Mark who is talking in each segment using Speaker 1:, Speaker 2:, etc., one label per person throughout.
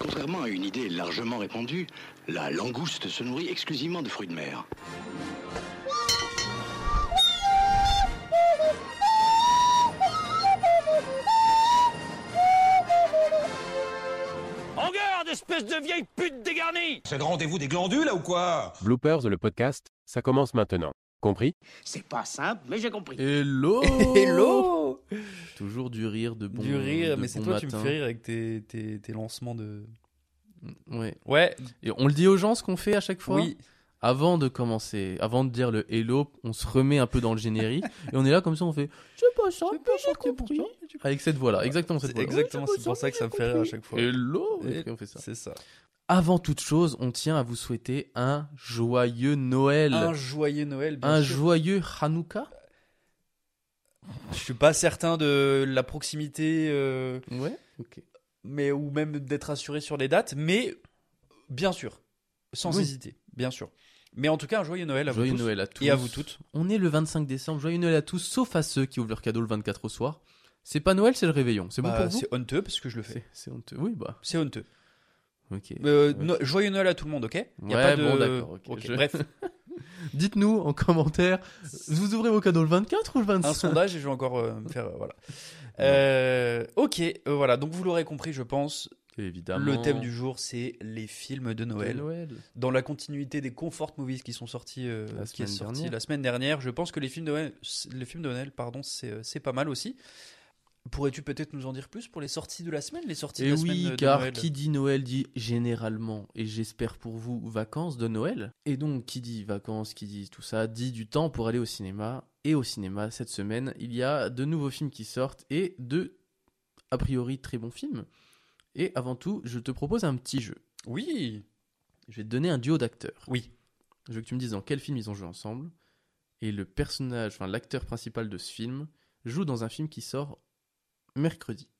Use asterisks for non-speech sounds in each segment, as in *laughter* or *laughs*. Speaker 1: Contrairement à une idée largement répandue, la langouste se nourrit exclusivement de fruits de mer.
Speaker 2: En garde, espèce de vieille pute dégarnie
Speaker 3: C'est le rendez-vous des glandules, là, ou quoi
Speaker 4: Bloopers, le podcast, ça commence maintenant. Compris
Speaker 2: C'est pas simple, mais j'ai compris.
Speaker 5: Hello
Speaker 6: Hello
Speaker 5: *laughs* Toujours du rire, de bon
Speaker 6: Du rire,
Speaker 5: de
Speaker 6: mais c'est
Speaker 5: bon
Speaker 6: toi
Speaker 5: matin.
Speaker 6: qui me fais rire avec tes, tes, tes lancements de.
Speaker 5: Ouais.
Speaker 6: Ouais,
Speaker 5: Et on le dit aux gens ce qu'on fait à chaque fois
Speaker 6: oui.
Speaker 5: Avant de commencer, avant de dire le hello, on se remet un peu dans le générique et on est là comme ça, on fait Je sais pas ça, mais j'ai compris. Avec cette voix-là, exactement cette voix
Speaker 6: C'est exactement, c'est pour ça que ça me fait rire à chaque fois.
Speaker 5: Hello Et
Speaker 6: Et-
Speaker 5: puis on fait ça.
Speaker 6: C'est ça.
Speaker 5: Avant toute chose, on tient à vous souhaiter un joyeux Noël.
Speaker 6: Un joyeux Noël, bien
Speaker 5: Un
Speaker 6: sûr.
Speaker 5: joyeux Hanouka
Speaker 6: Je suis pas certain de la proximité, euh,
Speaker 5: Ouais, ok.
Speaker 6: mais ou même d'être assuré sur les dates, mais bien sûr, sans
Speaker 5: Oui.
Speaker 6: hésiter, bien sûr. Mais en tout cas, un joyeux Noël à
Speaker 5: Joyeux
Speaker 6: vous tous.
Speaker 5: Noël à tous.
Speaker 6: Et à vous toutes.
Speaker 5: On est le 25 décembre. Joyeux Noël à tous, sauf à ceux qui ouvrent leur cadeau le 24 au soir. C'est pas Noël, c'est le réveillon. C'est bon
Speaker 6: Bah,
Speaker 5: pour vous
Speaker 6: c'est honteux parce que je le fais.
Speaker 5: C'est- C'est honteux. Oui, bah,
Speaker 6: C'est honteux.
Speaker 5: ok.
Speaker 6: Euh,
Speaker 5: Ouais.
Speaker 6: no- joyeux Noël à tout le monde, ok Y a
Speaker 5: Ouais,
Speaker 6: pas de...
Speaker 5: bon, d'accord, ok. Je-
Speaker 6: Bref,
Speaker 5: Dites-nous en commentaire, vous ouvrez vos cadeaux le 24 ou le *laughs*
Speaker 6: un
Speaker 5: 25
Speaker 6: sondage et je vais encore euh, me faire euh, voilà. Euh, ok, euh, voilà. Donc vous l'aurez compris, je pense.
Speaker 5: Évidemment.
Speaker 6: Le thème du jour, c'est les films
Speaker 5: De
Speaker 6: de Noël. Dans la continuité des comfort movies qui sont sortis, euh,
Speaker 5: La
Speaker 6: qui
Speaker 5: semaine
Speaker 6: est sorti
Speaker 5: dernière.
Speaker 6: la semaine dernière, je pense que les films de Noël, les films de Noël, pardon, c'est euh, c'est pas mal aussi. Pourrais-tu peut-être nous en dire plus pour les sorties de la semaine, les sorties
Speaker 5: Et
Speaker 6: de la semaine
Speaker 5: Eh oui,
Speaker 6: euh, de
Speaker 5: car
Speaker 6: Noël
Speaker 5: qui dit Noël dit généralement, et j'espère pour vous, vacances de Noël. Et donc, qui dit vacances, qui dit tout ça, dit du temps pour aller au cinéma. Et au cinéma, cette semaine, il y a de nouveaux films qui sortent et de, a priori, très bons films. Et avant tout, je te propose un petit jeu.
Speaker 6: Oui,
Speaker 5: Je vais te donner un duo d'acteurs.
Speaker 6: oui.
Speaker 5: Je veux que tu me dises dans quel film ils ont joué ensemble. Et le personnage, enfin l'acteur principal de ce film, joue dans un film qui sort mercredi.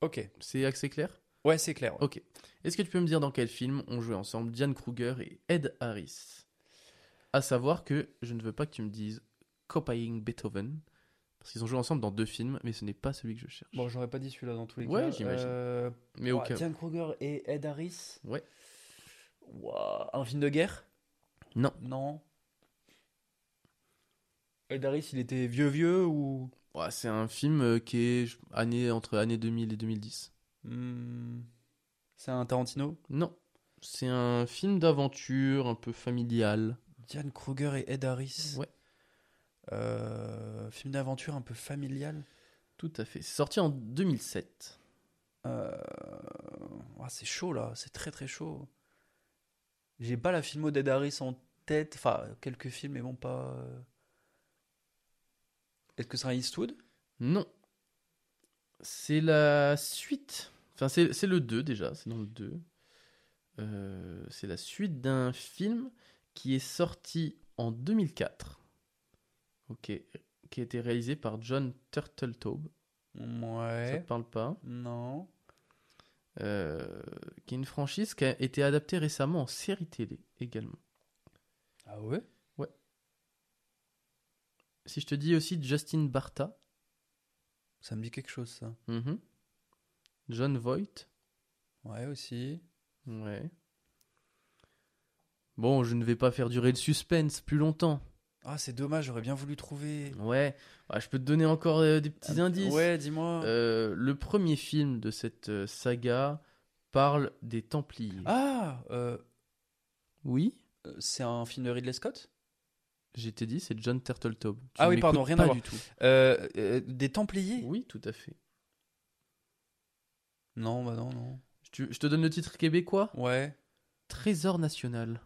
Speaker 6: Ok.
Speaker 5: C'est assez clair
Speaker 6: Ouais, c'est clair.
Speaker 5: Ok. Est-ce que tu peux me dire dans quel film ont joué ensemble Diane Kruger et Ed Harris À savoir que je ne veux pas que tu me dises Copying Beethoven, parce qu'ils ont joué ensemble dans deux films, mais ce n'est pas celui que je cherche.
Speaker 6: Bon, j'aurais pas dit celui-là dans tous les
Speaker 5: Ouais,
Speaker 6: cas.
Speaker 5: j'imagine.
Speaker 6: Euh,
Speaker 5: mais
Speaker 6: Ouah,
Speaker 5: au cas-
Speaker 6: Diane Kruger et Ed Harris.
Speaker 5: Ouais.
Speaker 6: Ouah, un film de guerre
Speaker 5: Non.
Speaker 6: Non. Ed Harris, il était vieux vieux ou
Speaker 5: Ouais, c'est un film euh, qui est je- année, entre années 2000 et 2010.
Speaker 6: Hmm, c'est un Tarantino
Speaker 5: Non. C'est un film d'aventure un peu familial.
Speaker 6: Diane Kruger et Ed Harris.
Speaker 5: Ouais.
Speaker 6: Euh, film d'aventure un peu familial.
Speaker 5: Tout à fait. C'est sorti en 2007.
Speaker 6: Euh, ouah, c'est chaud là, c'est très très chaud. J'ai pas la filmo d'Ed Harris en tête, enfin quelques films mais bon pas. euh. Est-ce que c'est un Eastwood
Speaker 5: Non. C'est la suite. Enfin, c'est c'est le 2 déjà, c'est dans le 2. Euh, c'est la suite d'un film qui est sorti en 2004. Ok. Qui a été réalisé par John Turteltaub Ça
Speaker 6: Ouais.
Speaker 5: te parle pas
Speaker 6: Non.
Speaker 5: Euh, qui est une franchise qui a été adaptée récemment en série télé également.
Speaker 6: Ah ouais
Speaker 5: Si je te dis aussi Justin Barta,
Speaker 6: Ça me dit quelque chose, ça.
Speaker 5: mhm, John Voight,
Speaker 6: Ouais, aussi.
Speaker 5: ouais. Bon, je ne vais pas faire durer le suspense plus longtemps.
Speaker 6: Ah, c'est dommage, j'aurais bien voulu trouver.
Speaker 5: Ouais, Ah, je peux te donner encore euh, des petits
Speaker 6: Ah,
Speaker 5: indices.
Speaker 6: Ouais, dis-moi.
Speaker 5: Euh, le premier film de cette euh, saga parle des Templiers.
Speaker 6: Ah euh,
Speaker 5: oui
Speaker 6: euh, C'est un film de Ridley Scott
Speaker 5: J'ai t'ai dit, c'est John Turtletaube. Tu
Speaker 6: Ah oui,
Speaker 5: m'écoutes
Speaker 6: pardon, rien
Speaker 5: pas
Speaker 6: à voir.
Speaker 5: du tout.
Speaker 6: Euh, euh, Des Templiers
Speaker 5: Oui, tout à fait.
Speaker 6: Non, bah non, non.
Speaker 5: Je te- je te donne le titre québécois
Speaker 6: Ouais.
Speaker 5: Trésor national.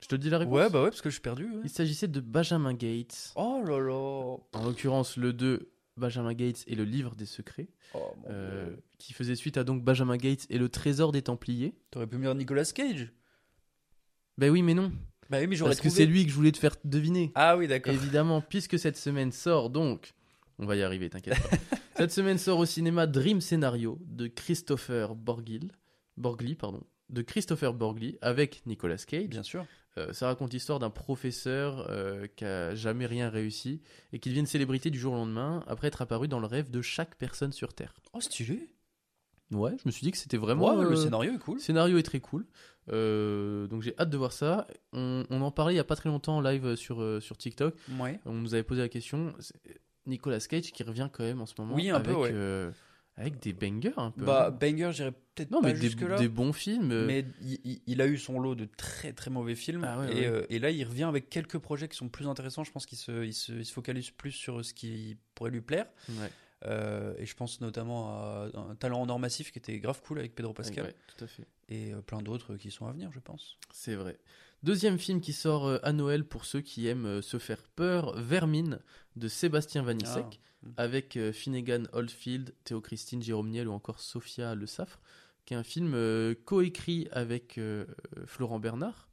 Speaker 5: Je te dis la réponse.
Speaker 6: Ouais, bah ouais, parce que je suis perdu. ouais.
Speaker 5: Il s'agissait de Benjamin Gates.
Speaker 6: Oh là là
Speaker 5: En l'occurrence, le 2, Benjamin Gates et le livre des secrets,
Speaker 6: Oh mon
Speaker 5: euh,
Speaker 6: dieu.
Speaker 5: qui faisait suite à donc Benjamin Gates et le trésor des Templiers.
Speaker 6: T'aurais pu me dire Nicolas Cage
Speaker 5: Ben oui, mais non.
Speaker 6: Bah oui, mais j'aurais
Speaker 5: Parce que
Speaker 6: trouvé.
Speaker 5: c'est lui que je voulais te faire deviner.
Speaker 6: Ah oui, d'accord.
Speaker 5: Évidemment, puisque cette semaine sort donc. On va y arriver, t'inquiète *laughs* pas. cette semaine sort au cinéma Dream Scenario de Christopher Borgil, Borgli, pardon, de Christopher Borgli avec Nicolas Cage.
Speaker 6: *laughs* Bien sûr.
Speaker 5: Euh, ça raconte l'histoire d'un professeur euh, qui a jamais rien réussi et qui devient une célébrité du jour au lendemain après être apparu dans le rêve de chaque personne sur Terre.
Speaker 6: Oh, stylé
Speaker 5: Ouais, je me suis dit que c'était vraiment.
Speaker 6: Ouais, le
Speaker 5: euh,
Speaker 6: scénario est cool.
Speaker 5: le scénario est très cool. Euh, donc j'ai hâte de voir ça. On, on en parlait il y a pas très longtemps en live euh, sur, euh, sur TikTok.
Speaker 6: Ouais.
Speaker 5: On nous avait posé la question. c'est Nicolas Cage qui revient quand même en ce moment.
Speaker 6: Oui, un peu,
Speaker 5: avec,
Speaker 6: ouais.
Speaker 5: euh, avec des bangers un peu.
Speaker 6: Bah,
Speaker 5: hein.
Speaker 6: Banger, j'irais peut-être
Speaker 5: non,
Speaker 6: pas
Speaker 5: mais des,
Speaker 6: jusque-là.
Speaker 5: des bons films. euh,
Speaker 6: Mais il, il- il a eu son lot de très très mauvais films.
Speaker 5: Ah ouais,
Speaker 6: et,
Speaker 5: ouais.
Speaker 6: euh, et là, il revient avec quelques projets qui sont plus intéressants. Je pense qu'il se, il se, il se focalise plus sur euh, ce qui pourrait lui plaire.
Speaker 5: ouais,
Speaker 6: Euh, et je pense notamment à un talent en or massif qui était grave cool avec Pedro Pascal.
Speaker 5: ouais, tout à fait.
Speaker 6: Et euh, plein d'autres qui sont à venir, je pense.
Speaker 5: C'est vrai. Deuxième film qui sort euh, à Noël pour ceux qui aiment euh, se faire peur, Vermine de Sébastien Vanissek,
Speaker 6: Ah. Mm.
Speaker 5: avec euh, Finnegan Oldfield, Théo Christine, Jérôme Niel ou encore Sophia Le Saffre, qui est un film euh, coécrit avec euh, euh, Florent Bernard,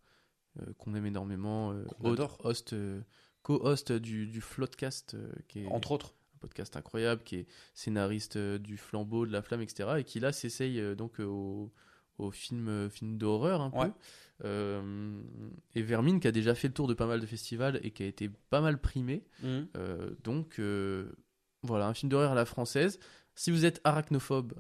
Speaker 5: euh, qu'on aime énormément, euh,
Speaker 6: Qu'on
Speaker 5: hôte-
Speaker 6: adore.
Speaker 5: host, euh, co-host du, du Floodcast, euh, qui est
Speaker 6: Entre autres.
Speaker 5: un podcast incroyable, qui est scénariste euh, du Flambeau, de la Flamme, etc. Et qui là s'essaye euh, donc euh, au, au film, euh, film d'horreur un peu.
Speaker 6: Ouais.
Speaker 5: Euh, et Vermine qui a déjà fait le tour de pas mal de festivals et qui a été pas mal primé. Euh, donc euh, voilà, un film d'horreur à la française. Si vous êtes arachnophobe,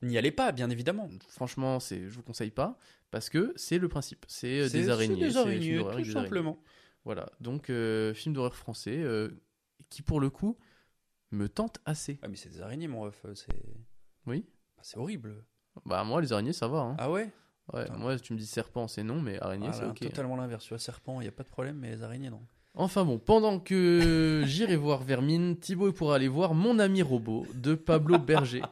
Speaker 6: N'y allez pas, bien
Speaker 5: Euh,
Speaker 6: évidemment.
Speaker 5: franchement, c'est, je vous conseille pas parce que c'est le principe. C'est euh,
Speaker 6: C'est-
Speaker 5: des
Speaker 6: c'est
Speaker 5: araignées.
Speaker 6: Des
Speaker 5: c'est un film
Speaker 6: araignées,
Speaker 5: d'horreur avec
Speaker 6: tout
Speaker 5: des araignées.
Speaker 6: simplement.
Speaker 5: Voilà, donc euh, film d'horreur français euh, qui pour le coup me tente assez.
Speaker 6: Ah, mais c'est des araignées, mon ref. euh, C'est
Speaker 5: Oui.
Speaker 6: bah, c'est horrible.
Speaker 5: Bah moi les araignées ça va. hein.
Speaker 6: Ah ouais
Speaker 5: Ouais,
Speaker 6: putain.
Speaker 5: moi tu me dis serpent c'est non mais araignée
Speaker 6: Ah
Speaker 5: c'est
Speaker 6: là,
Speaker 5: ok. hein.
Speaker 6: Totalement l'inverse. Tu vois, serpent, il n'y a pas de problème, mais les araignées, non.
Speaker 5: Enfin bon, pendant que j'irai voir Vermine, Thibaut pourra aller voir Mon ami robot de Pablo Berger.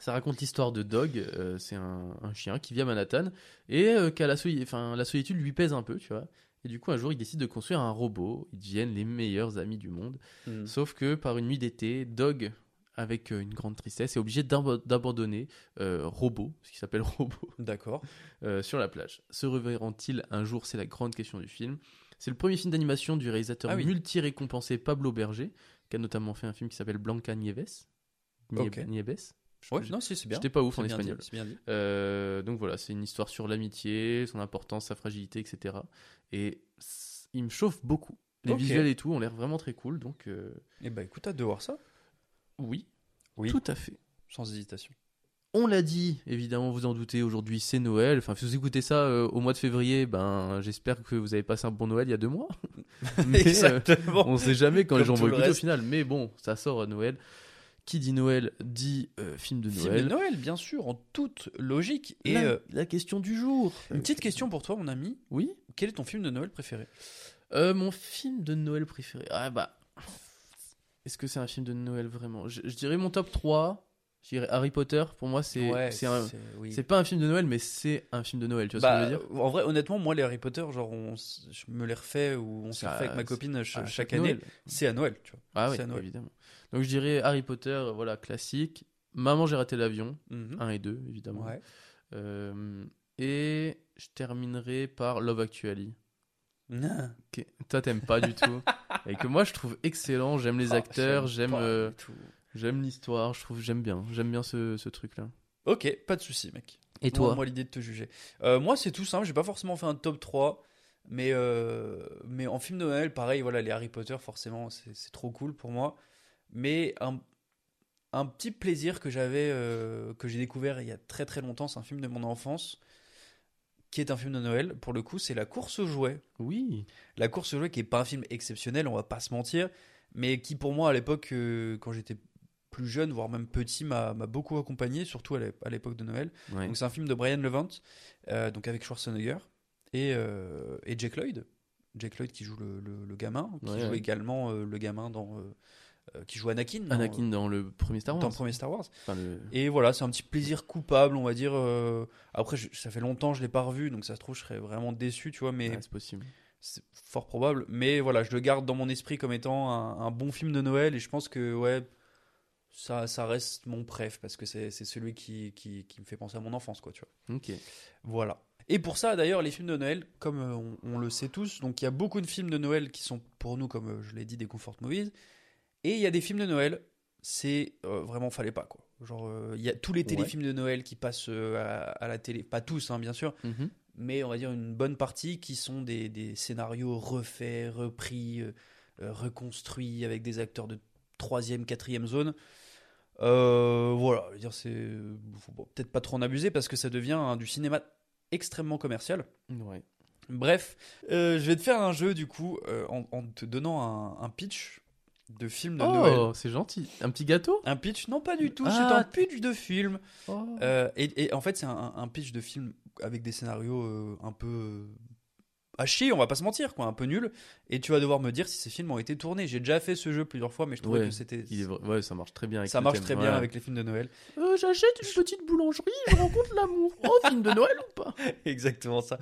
Speaker 5: Ça raconte l'histoire de Dog, euh, c'est un, un chien qui vit à Manhattan et euh, qu'à la, soli- enfin, la solitude lui pèse un peu, tu vois. Et du coup, un jour, il décide de construire un robot. Ils deviennent les meilleurs amis du monde. Sauf que par une nuit d'été, Dog, avec euh, une grande tristesse, est obligé d'abo- d'abandonner euh, Robot, ce qui s'appelle *laughs* Robot,
Speaker 6: D'accord.
Speaker 5: euh, sur la plage. Se reverront-ils un jour C'est la grande question du film. C'est le premier film d'animation du réalisateur
Speaker 6: Ah oui.
Speaker 5: multi-récompensé Pablo Berger, qui a notamment fait un film qui s'appelle Blanca Nieves. Nie-
Speaker 6: Ok.
Speaker 5: Nieves. Je-
Speaker 6: Ouais,
Speaker 5: je-
Speaker 6: non, si, c'est bien.
Speaker 5: J'étais pas ouf
Speaker 6: C'est
Speaker 5: en
Speaker 6: bien dit,
Speaker 5: espagnol.
Speaker 6: C'est bien dit.
Speaker 5: Euh, donc voilà, c'est une histoire sur l'amitié, son importance, sa fragilité, etc. Et c- il me chauffe beaucoup. Les
Speaker 6: Ok.
Speaker 5: visuels et tout ont l'air vraiment très cool, donc euh,
Speaker 6: Eh bah écoute, hâte de voir ça.
Speaker 5: oui,
Speaker 6: Oui.
Speaker 5: tout à fait.
Speaker 6: Sans hésitation.
Speaker 5: On l'a dit, évidemment, vous en doutez, aujourd'hui c'est Noël. Enfin, si vous écoutez ça euh, au mois de février, ben j'espère que vous avez passé un bon Noël il y a deux mois. *laughs* Mais, euh,
Speaker 6: Exactement.
Speaker 5: on sait jamais
Speaker 6: *laughs*
Speaker 5: quand les
Speaker 6: Comme
Speaker 5: gens
Speaker 6: tout
Speaker 5: vont
Speaker 6: le
Speaker 5: écouter au
Speaker 6: reste.
Speaker 5: final, mais bon, ça sort à Noël. Qui dit Noël dit euh, film de Noël.
Speaker 6: Film de Noël, bien sûr, en toute logique. Et
Speaker 5: la,
Speaker 6: euh,
Speaker 5: la question du jour.
Speaker 6: une petite question pour toi, mon ami.
Speaker 5: Oui.
Speaker 6: Quel est ton film de Noël préféré
Speaker 5: Euh, mon film de Noël préféré. Ah bah. Est-ce que c'est un film de Noël vraiment je, je dirais mon top 3. Je dirais Harry Potter. Pour moi, c'est
Speaker 6: Ouais,
Speaker 5: c'est un-
Speaker 6: oui.
Speaker 5: c'est pas un film de Noël, mais c'est un film de Noël. Tu vois
Speaker 6: Bah,
Speaker 5: ce que je veux dire
Speaker 6: En vrai, honnêtement, moi, les Harry Potter, genre, on s- je me les refais ou on se
Speaker 5: C'est
Speaker 6: les refait
Speaker 5: à-
Speaker 6: avec ma copine ch-
Speaker 5: À
Speaker 6: chaque année.
Speaker 5: Noël.
Speaker 6: C'est à Noël, tu vois.
Speaker 5: Ah
Speaker 6: c'est
Speaker 5: oui,
Speaker 6: à Noël.
Speaker 5: évidemment. Donc je dirais Harry Potter, euh, voilà, classique. Maman, j'ai raté l'avion.
Speaker 6: Mhm.
Speaker 5: 1 et 2, Ah, évidemment.
Speaker 6: Ouais.
Speaker 5: Euh, et je terminerai par Love Actually.
Speaker 6: Non. *laughs*
Speaker 5: Que toi, t'aimes pas du tout. Et que moi, je trouve excellent. J'aime les
Speaker 6: Ah,
Speaker 5: acteurs,
Speaker 6: j'aime
Speaker 5: j'aime.
Speaker 6: pas
Speaker 5: euh,
Speaker 6: du tout.
Speaker 5: J'aime l'histoire, je trouve, j'aime bien, j'aime bien ce, ce truc-là.
Speaker 6: Ok, pas de souci, mec.
Speaker 5: Et
Speaker 6: Moi-
Speaker 5: toi
Speaker 6: Moi, l'idée de te juger. Euh, moi, c'est tout simple. J'ai pas forcément fait un top 3. Mais, euh, mais en film de Noël, pareil, voilà, les Harry Potter, forcément, c'est c'est trop cool pour moi. Mais un, un petit plaisir que j'avais, euh, que j'ai découvert il y a très très longtemps, c'est un film de mon enfance, qui est un film de Noël, pour le coup, c'est La course aux jouets.
Speaker 5: Oui.
Speaker 6: La course au jouet, qui est pas un film exceptionnel, on va pas se mentir, mais qui pour moi à l'époque, euh, quand j'étais plus jeune, voire même petit, m'a m'a beaucoup accompagné, surtout à l'é- à l'époque de Noël.
Speaker 5: Ouais.
Speaker 6: Donc c'est un film de Brian Levant, euh, donc avec Schwarzenegger et, euh, et Jake Lloyd. Jake Lloyd qui joue le, le- le gamin, qui
Speaker 5: Ouais,
Speaker 6: joue
Speaker 5: ouais.
Speaker 6: également euh, le gamin dans, euh, euh, qui joue Anakin, dans,
Speaker 5: Anakin dans le premier Star
Speaker 6: euh,
Speaker 5: Wars.
Speaker 6: dans le premier Star Wars.
Speaker 5: Enfin, le-
Speaker 6: Et voilà, c'est un petit plaisir coupable, on va dire. euh, Après, je- ça fait longtemps, je l'ai pas revu, donc ça se trouve, je serais vraiment déçu, tu vois. Mais
Speaker 5: Ouais, c'est possible.
Speaker 6: c'est fort probable. Mais voilà, je le garde dans mon esprit comme étant un, un bon film de Noël. Et je pense que, ouais, ça, ça reste mon préf parce que c'est c'est celui qui, qui, qui me fait penser à mon enfance, quoi, tu vois.
Speaker 5: Ok.
Speaker 6: Voilà. Et pour ça, d'ailleurs, les films de Noël, comme euh, on, on le sait tous, donc il y a beaucoup de films de Noël qui sont pour nous, comme euh, je l'ai dit, des comfort movies. Et il y a des films de Noël, c'est euh, vraiment fallait pas quoi. Genre, euh, il y a tous les téléfilms de Noël qui passent euh, à, à la télé, pas tous, hein, bien sûr,
Speaker 5: Mhm.
Speaker 6: mais on va dire une bonne partie qui sont des, des scénarios refaits, repris, euh, euh, reconstruits avec des acteurs de troisième, quatrième zone. Euh, voilà, je veux dire, c'est faut pas- peut-être pas trop en abuser parce que ça devient hein, du cinéma extrêmement commercial.
Speaker 5: Ouais.
Speaker 6: Bref, euh, je vais te faire un jeu du coup euh, en, en te donnant un, un pitch de film de Noël.
Speaker 5: Oh, c'est gentil. Un petit gâteau
Speaker 6: Un pitch Non, pas du tout. C'est
Speaker 5: Ah.
Speaker 6: un pitch de film.
Speaker 5: Oh.
Speaker 6: Euh, et, et en fait, c'est un, un pitch de film avec des scénarios euh, un peu euh, à chier, on va pas se mentir, quoi, un peu nul. Et tu vas devoir me dire si ces films ont été tournés. J'ai déjà fait ce jeu plusieurs fois, mais je trouvais
Speaker 5: Ouais,
Speaker 6: que c'était.
Speaker 5: il est vrai- Ouais, ça marche très bien avec
Speaker 6: Ça
Speaker 5: le
Speaker 6: marche
Speaker 5: thème,
Speaker 6: très bien
Speaker 5: ouais.
Speaker 6: avec les films de Noël. *laughs*
Speaker 5: Euh, J'achète une petite boulangerie, je rencontre l'amour. Oh, film de Noël ou pas
Speaker 6: Exactement ça.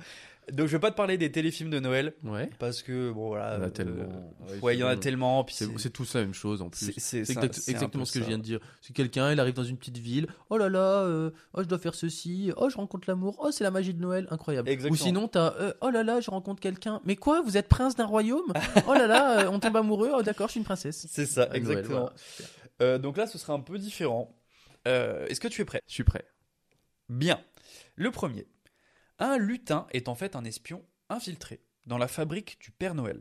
Speaker 6: Donc, je vais pas te parler des téléfilms de Noël
Speaker 5: Ouais.
Speaker 6: parce que, bon, voilà.
Speaker 5: Il y en a
Speaker 6: euh,
Speaker 5: tellement.
Speaker 6: Ouais, il y en a tellement. puis
Speaker 5: C'est
Speaker 6: c'est-
Speaker 5: c'est tous la même chose en plus.
Speaker 6: C'est- c'est-
Speaker 5: C'est
Speaker 6: c'est un-
Speaker 5: exact-
Speaker 6: c'est un
Speaker 5: exactement
Speaker 6: peu
Speaker 5: ce que je
Speaker 6: ça.
Speaker 5: viens de dire. C'est quelqu'un, il arrive dans une petite ville. Oh là là, euh, oh, je dois faire ceci. Oh, je rencontre l'amour. Oh, c'est la magie de Noël. Incroyable.
Speaker 6: Exactement.
Speaker 5: Ou sinon, t'as euh, Oh là là, je rencontre quelqu'un. Mais quoi Vous êtes prince d'un
Speaker 6: *laughs*
Speaker 5: royaume Oh là là, euh, on tombe amoureux. Oh d'accord, je suis une princesse.
Speaker 6: C'est ça,
Speaker 5: À Noël,
Speaker 6: exactement.
Speaker 5: voilà. Super.
Speaker 6: Euh, donc là, ce sera un peu différent. Euh, Est-ce que tu es prêt
Speaker 5: Je suis prêt.
Speaker 6: Bien. Le premier. Un lutin est en fait un espion infiltré dans la fabrique du Père Noël.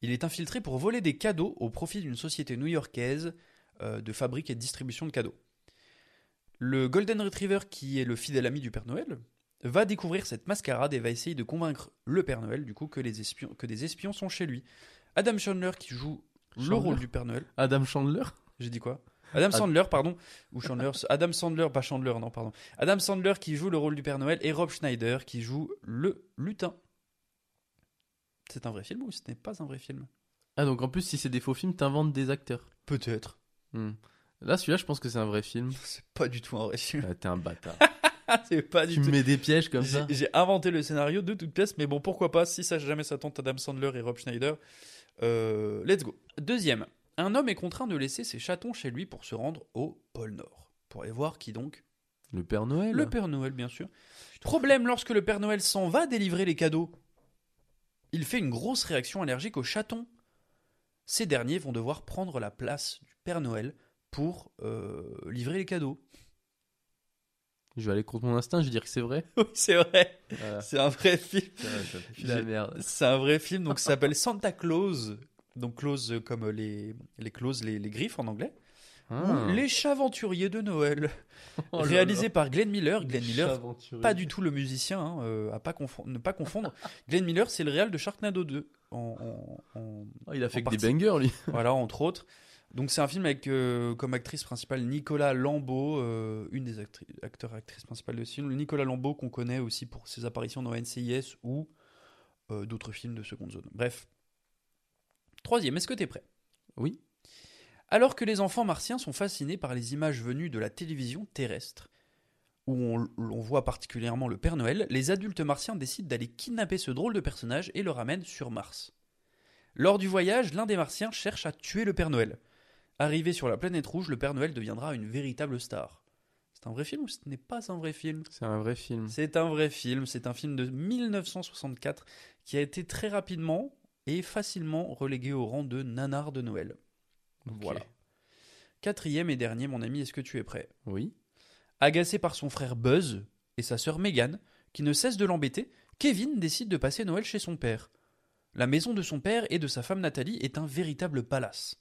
Speaker 6: Il est infiltré pour voler des cadeaux au profit d'une société new-yorkaise euh, de fabrique et de distribution de cadeaux. Le Golden Retriever, qui est le fidèle ami du Père Noël, va découvrir cette mascarade et va essayer de convaincre le Père Noël du coup que, les espions, que des espions sont chez lui. Adam Chandler qui joue le
Speaker 5: Chandler
Speaker 6: rôle du Père Noël.
Speaker 5: Adam Chandler
Speaker 6: J'ai dit quoi Adam Sandler, pardon, ou Chandler, *laughs* Adam Sandler, pas Chandler, non, pardon. Adam Sandler qui joue le rôle du Père Noël et Rob Schneider qui joue le lutin. C'est un vrai film ou ce n'est pas un vrai film
Speaker 5: Ah, donc en plus, si c'est des faux films, t'inventes des acteurs.
Speaker 6: Peut-être.
Speaker 5: Hmm. Là, celui-là, je pense que c'est un vrai
Speaker 6: *laughs*
Speaker 5: film.
Speaker 6: C'est pas du tout un vrai film.
Speaker 5: Ah, T'es un
Speaker 6: *laughs*
Speaker 5: bâtard.
Speaker 6: Ah, c'est pas du
Speaker 5: tu me
Speaker 6: tout.
Speaker 5: mets des pièges comme
Speaker 6: J'ai
Speaker 5: ça.
Speaker 6: j'ai inventé le scénario de toute pièce, mais bon, pourquoi pas Si ça jamais ça tente Adam Sandler et Rob Schneider, euh, let's go. Deuxième, un homme est contraint de laisser ses chatons chez lui pour se rendre au pôle Nord. Pour aller voir qui donc
Speaker 5: Le Père Noël.
Speaker 6: Le Père Noël, bien sûr. Problème, lorsque le Père Noël s'en va délivrer les cadeaux, il fait une grosse réaction allergique aux chatons. Ces derniers vont devoir prendre la place du Père Noël pour euh, livrer les cadeaux. *laughs*
Speaker 5: Je vais aller contre mon instinct, je vais dire que c'est vrai.
Speaker 6: Oui, c'est vrai,
Speaker 5: Voilà.
Speaker 6: c'est un vrai film.
Speaker 5: Putain, la merde.
Speaker 6: C'est un vrai film, donc ça s'appelle Santa Claus. Donc Claus euh, comme les, les clauses, les, les griffes en anglais.
Speaker 5: Ah.
Speaker 6: Ou Les chats aventuriers de Noël,
Speaker 5: *laughs* Oh là
Speaker 6: réalisé
Speaker 5: là.
Speaker 6: par Glenn Miller. Glenn
Speaker 5: Les
Speaker 6: Miller,
Speaker 5: Chaventuriers.
Speaker 6: pas du tout le musicien, hein, euh, à pas confon- ne pas confondre. Glenn Miller, c'est le réal de Sharknado 2, en, en- en-
Speaker 5: Oh, il a fait
Speaker 6: en
Speaker 5: que des
Speaker 6: partie.
Speaker 5: bangers, lui.
Speaker 6: *laughs* voilà, entre autres. Donc c'est un film avec euh, comme actrice principale Nicolas Lambeau, euh, une des actri- acteurs et actrices principales de ce film. Nicolas Lambeau qu'on connaît aussi pour ses apparitions dans NCIS ou euh, d'autres films de seconde zone. Bref. Troisième, est-ce que t'es prêt
Speaker 5: Oui.
Speaker 6: Alors que les enfants martiens sont fascinés par les images venues de la télévision terrestre, où on, l'on voit particulièrement le Père Noël, les adultes martiens décident d'aller kidnapper ce drôle de personnage et le ramènent sur Mars. Lors du voyage, l'un des martiens cherche à tuer le Père Noël. Arrivé sur la planète rouge, le Père Noël deviendra une véritable star. C'est un vrai film ou ce n'est pas un vrai film
Speaker 5: C'est un vrai film.
Speaker 6: c'est un vrai film, c'est un film de 1964 qui a été très rapidement et facilement relégué au rang de nanar de Noël.
Speaker 5: Ok.
Speaker 6: Voilà. Quatrième et dernier, mon ami, est-ce que tu es prêt
Speaker 5: Oui.
Speaker 6: Agacé par son frère Buzz et sa sœur Megan, qui ne cessent de l'embêter, Kevin décide de passer Noël chez son père. La maison de son père et de sa femme Nathalie est un véritable palace.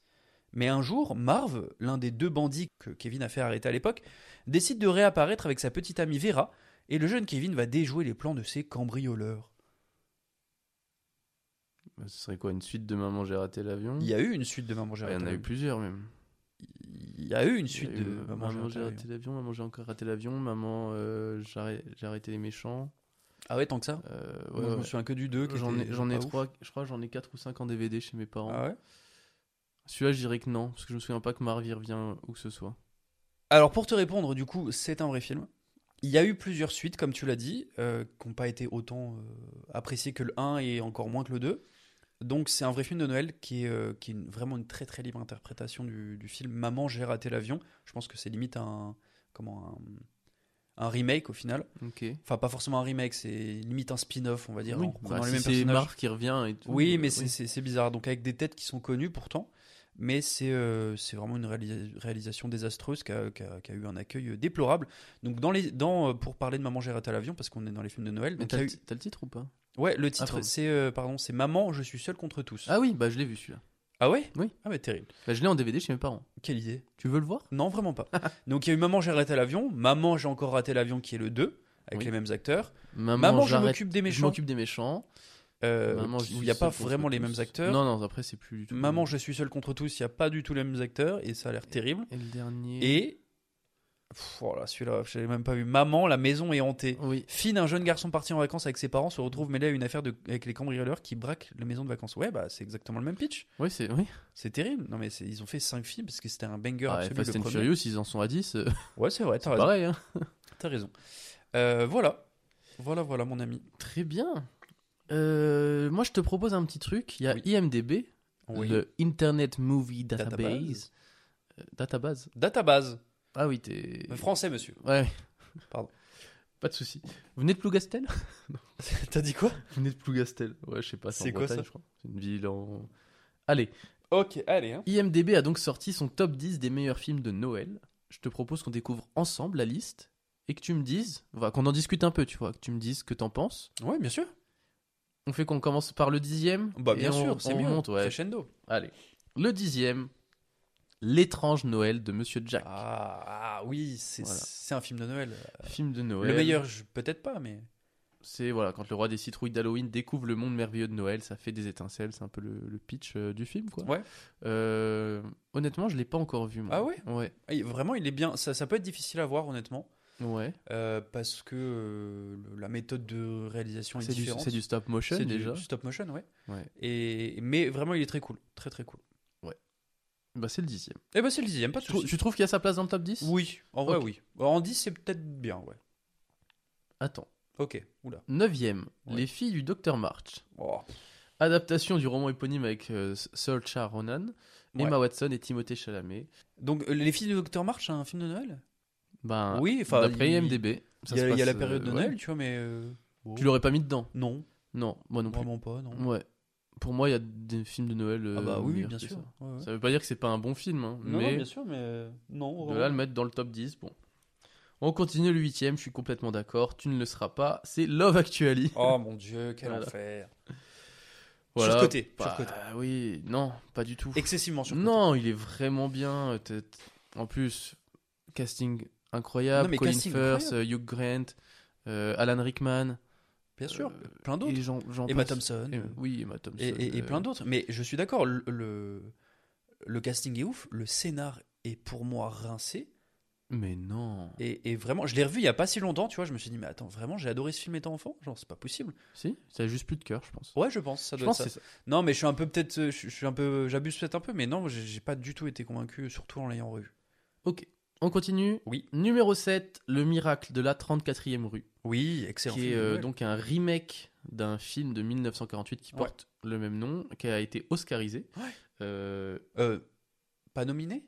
Speaker 6: Mais un jour, Marv, l'un des deux bandits que Kevin a fait arrêter à l'époque, décide de réapparaître avec sa petite amie Vera, et le jeune Kevin va déjouer les plans de ses cambrioleurs.
Speaker 5: Bah, Ce serait quoi une suite de Maman j'ai raté l'avion
Speaker 6: Il y a eu une suite de Maman j'ai
Speaker 5: Ouais, Il y
Speaker 6: raté
Speaker 5: en a eu
Speaker 6: l'avion.
Speaker 5: plusieurs même.
Speaker 6: Il y a eu une suite
Speaker 5: Il y a eu,
Speaker 6: de
Speaker 5: euh,
Speaker 6: Maman, j'ai raté l'avion.
Speaker 5: l'avion, maman j'ai encore raté l'avion, maman euh, j'ai arrêt- j'ai arrêté les méchants.
Speaker 6: Ah ouais, tant que ça
Speaker 5: Euh, ouais,
Speaker 6: Moi, Je me
Speaker 5: ouais.
Speaker 6: souviens que du 2.
Speaker 5: J'en ai, j'en ai trois, je crois que j'en ai 4 ou 5 en DVD chez mes parents.
Speaker 6: Ah ouais
Speaker 5: Celui-là, je dirais que non, parce que je me souviens pas que Marvie revient où que ce soit.
Speaker 6: Alors pour te répondre, du coup, c'est un vrai film. Il y a eu plusieurs suites, comme tu l'as dit, euh, qui n'ont pas été autant euh, appréciées que le 1 et encore moins que le 2. Donc c'est un vrai film de Noël qui est, euh, qui est une- vraiment une très très libre interprétation du, du film Maman, j'ai raté l'avion. Je pense que c'est limite un, comment, un, un remake au final.
Speaker 5: Ok.
Speaker 6: Enfin pas forcément un remake, c'est limite un spin-off, on va dire.
Speaker 5: Oui,
Speaker 6: en prenant
Speaker 5: bah,
Speaker 6: les
Speaker 5: si
Speaker 6: mêmes
Speaker 5: c'est
Speaker 6: personnages.
Speaker 5: Marv qui revient et tout.
Speaker 6: Oui,
Speaker 5: euh,
Speaker 6: mais c'est- c'est c'est bizarre. Donc avec des têtes qui sont connues pourtant, mais c'est euh, c'est vraiment une réalisa- réalisation désastreuse qui a, qui a- qui a eu un accueil euh, déplorable. Donc dans les dans euh, pour parler de Maman j'ai raté à l'avion parce qu'on est dans les films de Noël.
Speaker 5: Mais
Speaker 6: Donc
Speaker 5: t'as
Speaker 6: il y a
Speaker 5: le
Speaker 6: eu-
Speaker 5: ti- t'as le titre ou pas
Speaker 6: ouais le
Speaker 5: Ah,
Speaker 6: titre
Speaker 5: pardon.
Speaker 6: c'est euh, pardon c'est Maman je suis seul contre tous.
Speaker 5: Ah oui, bah je l'ai vu celui-là.
Speaker 6: Ah ouais
Speaker 5: Oui.
Speaker 6: Ah mais terrible.
Speaker 5: Bah, je l'ai en DVD chez mes parents.
Speaker 6: Quelle idée.
Speaker 5: Tu veux le voir
Speaker 6: Non vraiment pas. *laughs* Donc il y a eu Maman j'ai raté à l'avion, Maman j'ai encore raté l'avion qui est le 2 avec
Speaker 5: Oui.
Speaker 6: les mêmes acteurs.
Speaker 5: Maman,
Speaker 6: Maman, je
Speaker 5: j'arrête-
Speaker 6: m'occupe des
Speaker 5: Je
Speaker 6: méchants.
Speaker 5: m'occupe des méchants.
Speaker 6: euh,
Speaker 5: Maman, je
Speaker 6: qui- où il
Speaker 5: suis
Speaker 6: n'y a pas
Speaker 5: seul contre
Speaker 6: vraiment les
Speaker 5: tous.
Speaker 6: mêmes acteurs.
Speaker 5: Non, non, après c'est plus du tout.
Speaker 6: Maman je suis seul contre tous, il n'y a pas du tout les mêmes acteurs Mmh. et ça a l'air terrible.
Speaker 5: Et le dernier.
Speaker 6: Et. Pff, Voilà, celui-là, je l'avais même pas vu. Maman, la maison est hantée.
Speaker 5: Oui.
Speaker 6: Finn, un jeune garçon parti en vacances avec ses parents, se retrouve mêlé à une affaire de... avec les cambrioleurs qui braquent la maison de vacances. Ouais, bah c'est exactement le même pitch.
Speaker 5: Oui, c'est. Oui.
Speaker 6: C'est terrible. Non, mais c'est- ils ont fait 5 films parce que c'était un banger
Speaker 5: Ah,
Speaker 6: absolu.
Speaker 5: Fast
Speaker 6: le
Speaker 5: and
Speaker 6: premier. Ah,
Speaker 5: Furious, ils en sont à 10. euh,
Speaker 6: Ouais, c'est vrai, t'as raison.
Speaker 5: Pareil, hein.
Speaker 6: T'as raison. Euh, voilà. Voilà, voilà, mon ami.
Speaker 5: Très bien. Euh, moi, je te propose un petit truc. Il y a
Speaker 6: Oui.
Speaker 5: IMDB,
Speaker 6: Oui.
Speaker 5: le Internet Movie Database.
Speaker 6: Database.
Speaker 5: Database. Database.
Speaker 6: Database.
Speaker 5: Ah oui, t'es.
Speaker 6: Français, monsieur.
Speaker 5: Ouais.
Speaker 6: Euh, Pardon.
Speaker 5: Pas de souci. Vous venez de Plougastel
Speaker 6: *laughs* T'as dit quoi
Speaker 5: Vous venez de Plougastel. Ouais, je sais pas.
Speaker 6: C'est
Speaker 5: en
Speaker 6: quoi,
Speaker 5: Bretagne,
Speaker 6: ça
Speaker 5: je crois. C'est une ville en. Allez,
Speaker 6: Ok, allez. Hein.
Speaker 5: IMDB a donc sorti son top 10 des meilleurs films de Noël. Je te propose qu'on découvre ensemble la liste et que tu me dises, enfin, qu'on en discute un peu, tu vois, que tu me dises ce que t'en penses.
Speaker 6: Ouais, bien sûr.
Speaker 5: On fait qu'on commence par le dixième.
Speaker 6: Bah,
Speaker 5: et
Speaker 6: bien
Speaker 5: on-
Speaker 6: sûr, c'est
Speaker 5: on
Speaker 6: mieux.
Speaker 5: monte, ouais.
Speaker 6: Crescendo.
Speaker 5: Allez. Le dixième, L'étrange Noël de Monsieur Jack.
Speaker 6: Ah, ah, oui, c'est
Speaker 5: Voilà.
Speaker 6: c'est un film de Noël.
Speaker 5: Film de Noël.
Speaker 6: Le meilleur, je- peut-être pas, mais.
Speaker 5: C'est voilà, quand le roi des citrouilles d'Halloween découvre le monde merveilleux de Noël, ça fait des étincelles, c'est un peu le, le pitch euh, du film, quoi.
Speaker 6: Ouais.
Speaker 5: Euh, honnêtement, je l'ai pas encore vu. Moi.
Speaker 6: Ah ouais
Speaker 5: Ouais.
Speaker 6: Ah, il- Vraiment, il est bien. Ça, ça peut être difficile à voir, honnêtement,
Speaker 5: Ouais.
Speaker 6: euh, parce que euh, le- la méthode de réalisation est,
Speaker 5: C'est du,
Speaker 6: différente.
Speaker 5: c'est du stop motion
Speaker 6: C'est du-
Speaker 5: déjà.
Speaker 6: du stop motion, ouais.
Speaker 5: Ouais.
Speaker 6: Et mais vraiment, il est très cool, très très cool.
Speaker 5: Bah c'est le dixième.
Speaker 6: Eh ben, c'est le dixième, pas de
Speaker 5: Tu, trou-
Speaker 6: souci.
Speaker 5: tu trouves qu'il y a sa place dans le top 10
Speaker 6: Oui, en vrai,
Speaker 5: Ok.
Speaker 6: oui. En 10, c'est peut-être bien, ouais.
Speaker 5: Attends.
Speaker 6: Ok, oula.
Speaker 5: Neuvième,
Speaker 6: Ouais.
Speaker 5: Les filles du docteur March.
Speaker 6: Oh.
Speaker 5: Adaptation du roman éponyme avec euh, Saoirse Ronan,
Speaker 6: Ouais.
Speaker 5: Emma Watson et Timothée Chalamet.
Speaker 6: Donc, euh, les filles du Docteur March, c'est un film de Noël.
Speaker 5: Ben,
Speaker 6: Oui, enfin,
Speaker 5: D'après
Speaker 6: il-
Speaker 5: IMDb. ça
Speaker 6: Il y, a-
Speaker 5: se
Speaker 6: il y a la
Speaker 5: passe,
Speaker 6: période de
Speaker 5: euh, ouais.
Speaker 6: Noël, tu vois, mais euh, bon.
Speaker 5: Tu l'aurais pas mis dedans
Speaker 6: Non,
Speaker 5: Non, moi non plus.
Speaker 6: vraiment pas, non.
Speaker 5: Ouais. Pour moi, il y a des films de Noël.
Speaker 6: Ah
Speaker 5: euh,
Speaker 6: bah oui,
Speaker 5: meilleurs
Speaker 6: bien
Speaker 5: que
Speaker 6: sûr.
Speaker 5: Ça.
Speaker 6: ouais, ouais.
Speaker 5: ça veut pas dire que c'est pas un bon film, hein,
Speaker 6: Non, non,
Speaker 5: mais
Speaker 6: bien sûr, mais euh, non.
Speaker 5: de
Speaker 6: vraiment.
Speaker 5: là à le mettre dans le top 10, bon. On continue le huitième, je suis complètement d'accord, tu ne le seras pas, c'est Love Actually. *laughs*
Speaker 6: Oh mon dieu, quel
Speaker 5: Voilà.
Speaker 6: enfer. surcoté,
Speaker 5: bah,
Speaker 6: surcoté.
Speaker 5: oui, non, pas du tout.
Speaker 6: Excessivement surcoté.
Speaker 5: non, il est vraiment bien. t'es- t- En plus, casting incroyable,
Speaker 6: Non, mais
Speaker 5: Colin
Speaker 6: casting
Speaker 5: Firth, euh, Hugh Grant, euh, Alan Rickman,
Speaker 6: Bien sûr,
Speaker 5: euh,
Speaker 6: plein d'autres.
Speaker 5: et j'en- j'en
Speaker 6: Emma
Speaker 5: passe.
Speaker 6: Thompson.
Speaker 5: Et- oui, Emma Thompson.
Speaker 6: Et, et- et
Speaker 5: euh,
Speaker 6: plein d'autres. Mais je suis d'accord, le, le, le casting est ouf, le scénar est pour moi rincé.
Speaker 5: Mais non.
Speaker 6: Et, et vraiment, je l'ai revu il y a pas si longtemps, tu vois, je me suis dit, mais attends, vraiment, j'ai adoré ce film étant enfant Genre, c'est pas possible.
Speaker 5: Si, ça a juste plus de cœur, je pense.
Speaker 6: Ouais, je pense, ça
Speaker 5: je
Speaker 6: doit
Speaker 5: pense que
Speaker 6: être
Speaker 5: c'est
Speaker 6: ça.
Speaker 5: ça.
Speaker 6: Non, mais je suis un peu peut-être, euh, je, je suis un peu, j'abuse peut-être un peu, mais non, j'ai j'ai pas du tout été convaincu, surtout en l'ayant revu.
Speaker 5: Ok, on continue.
Speaker 6: Oui.
Speaker 5: Numéro 7, Le miracle de la 34e rue,
Speaker 6: Oui, excellent.
Speaker 5: qui est
Speaker 6: film de
Speaker 5: euh,
Speaker 6: Noël.
Speaker 5: donc un remake d'un film de 1948 qui
Speaker 6: Ouais.
Speaker 5: porte le même nom, qui a été oscarisé.
Speaker 6: Ouais.
Speaker 5: Euh,
Speaker 6: Euh, pas nominé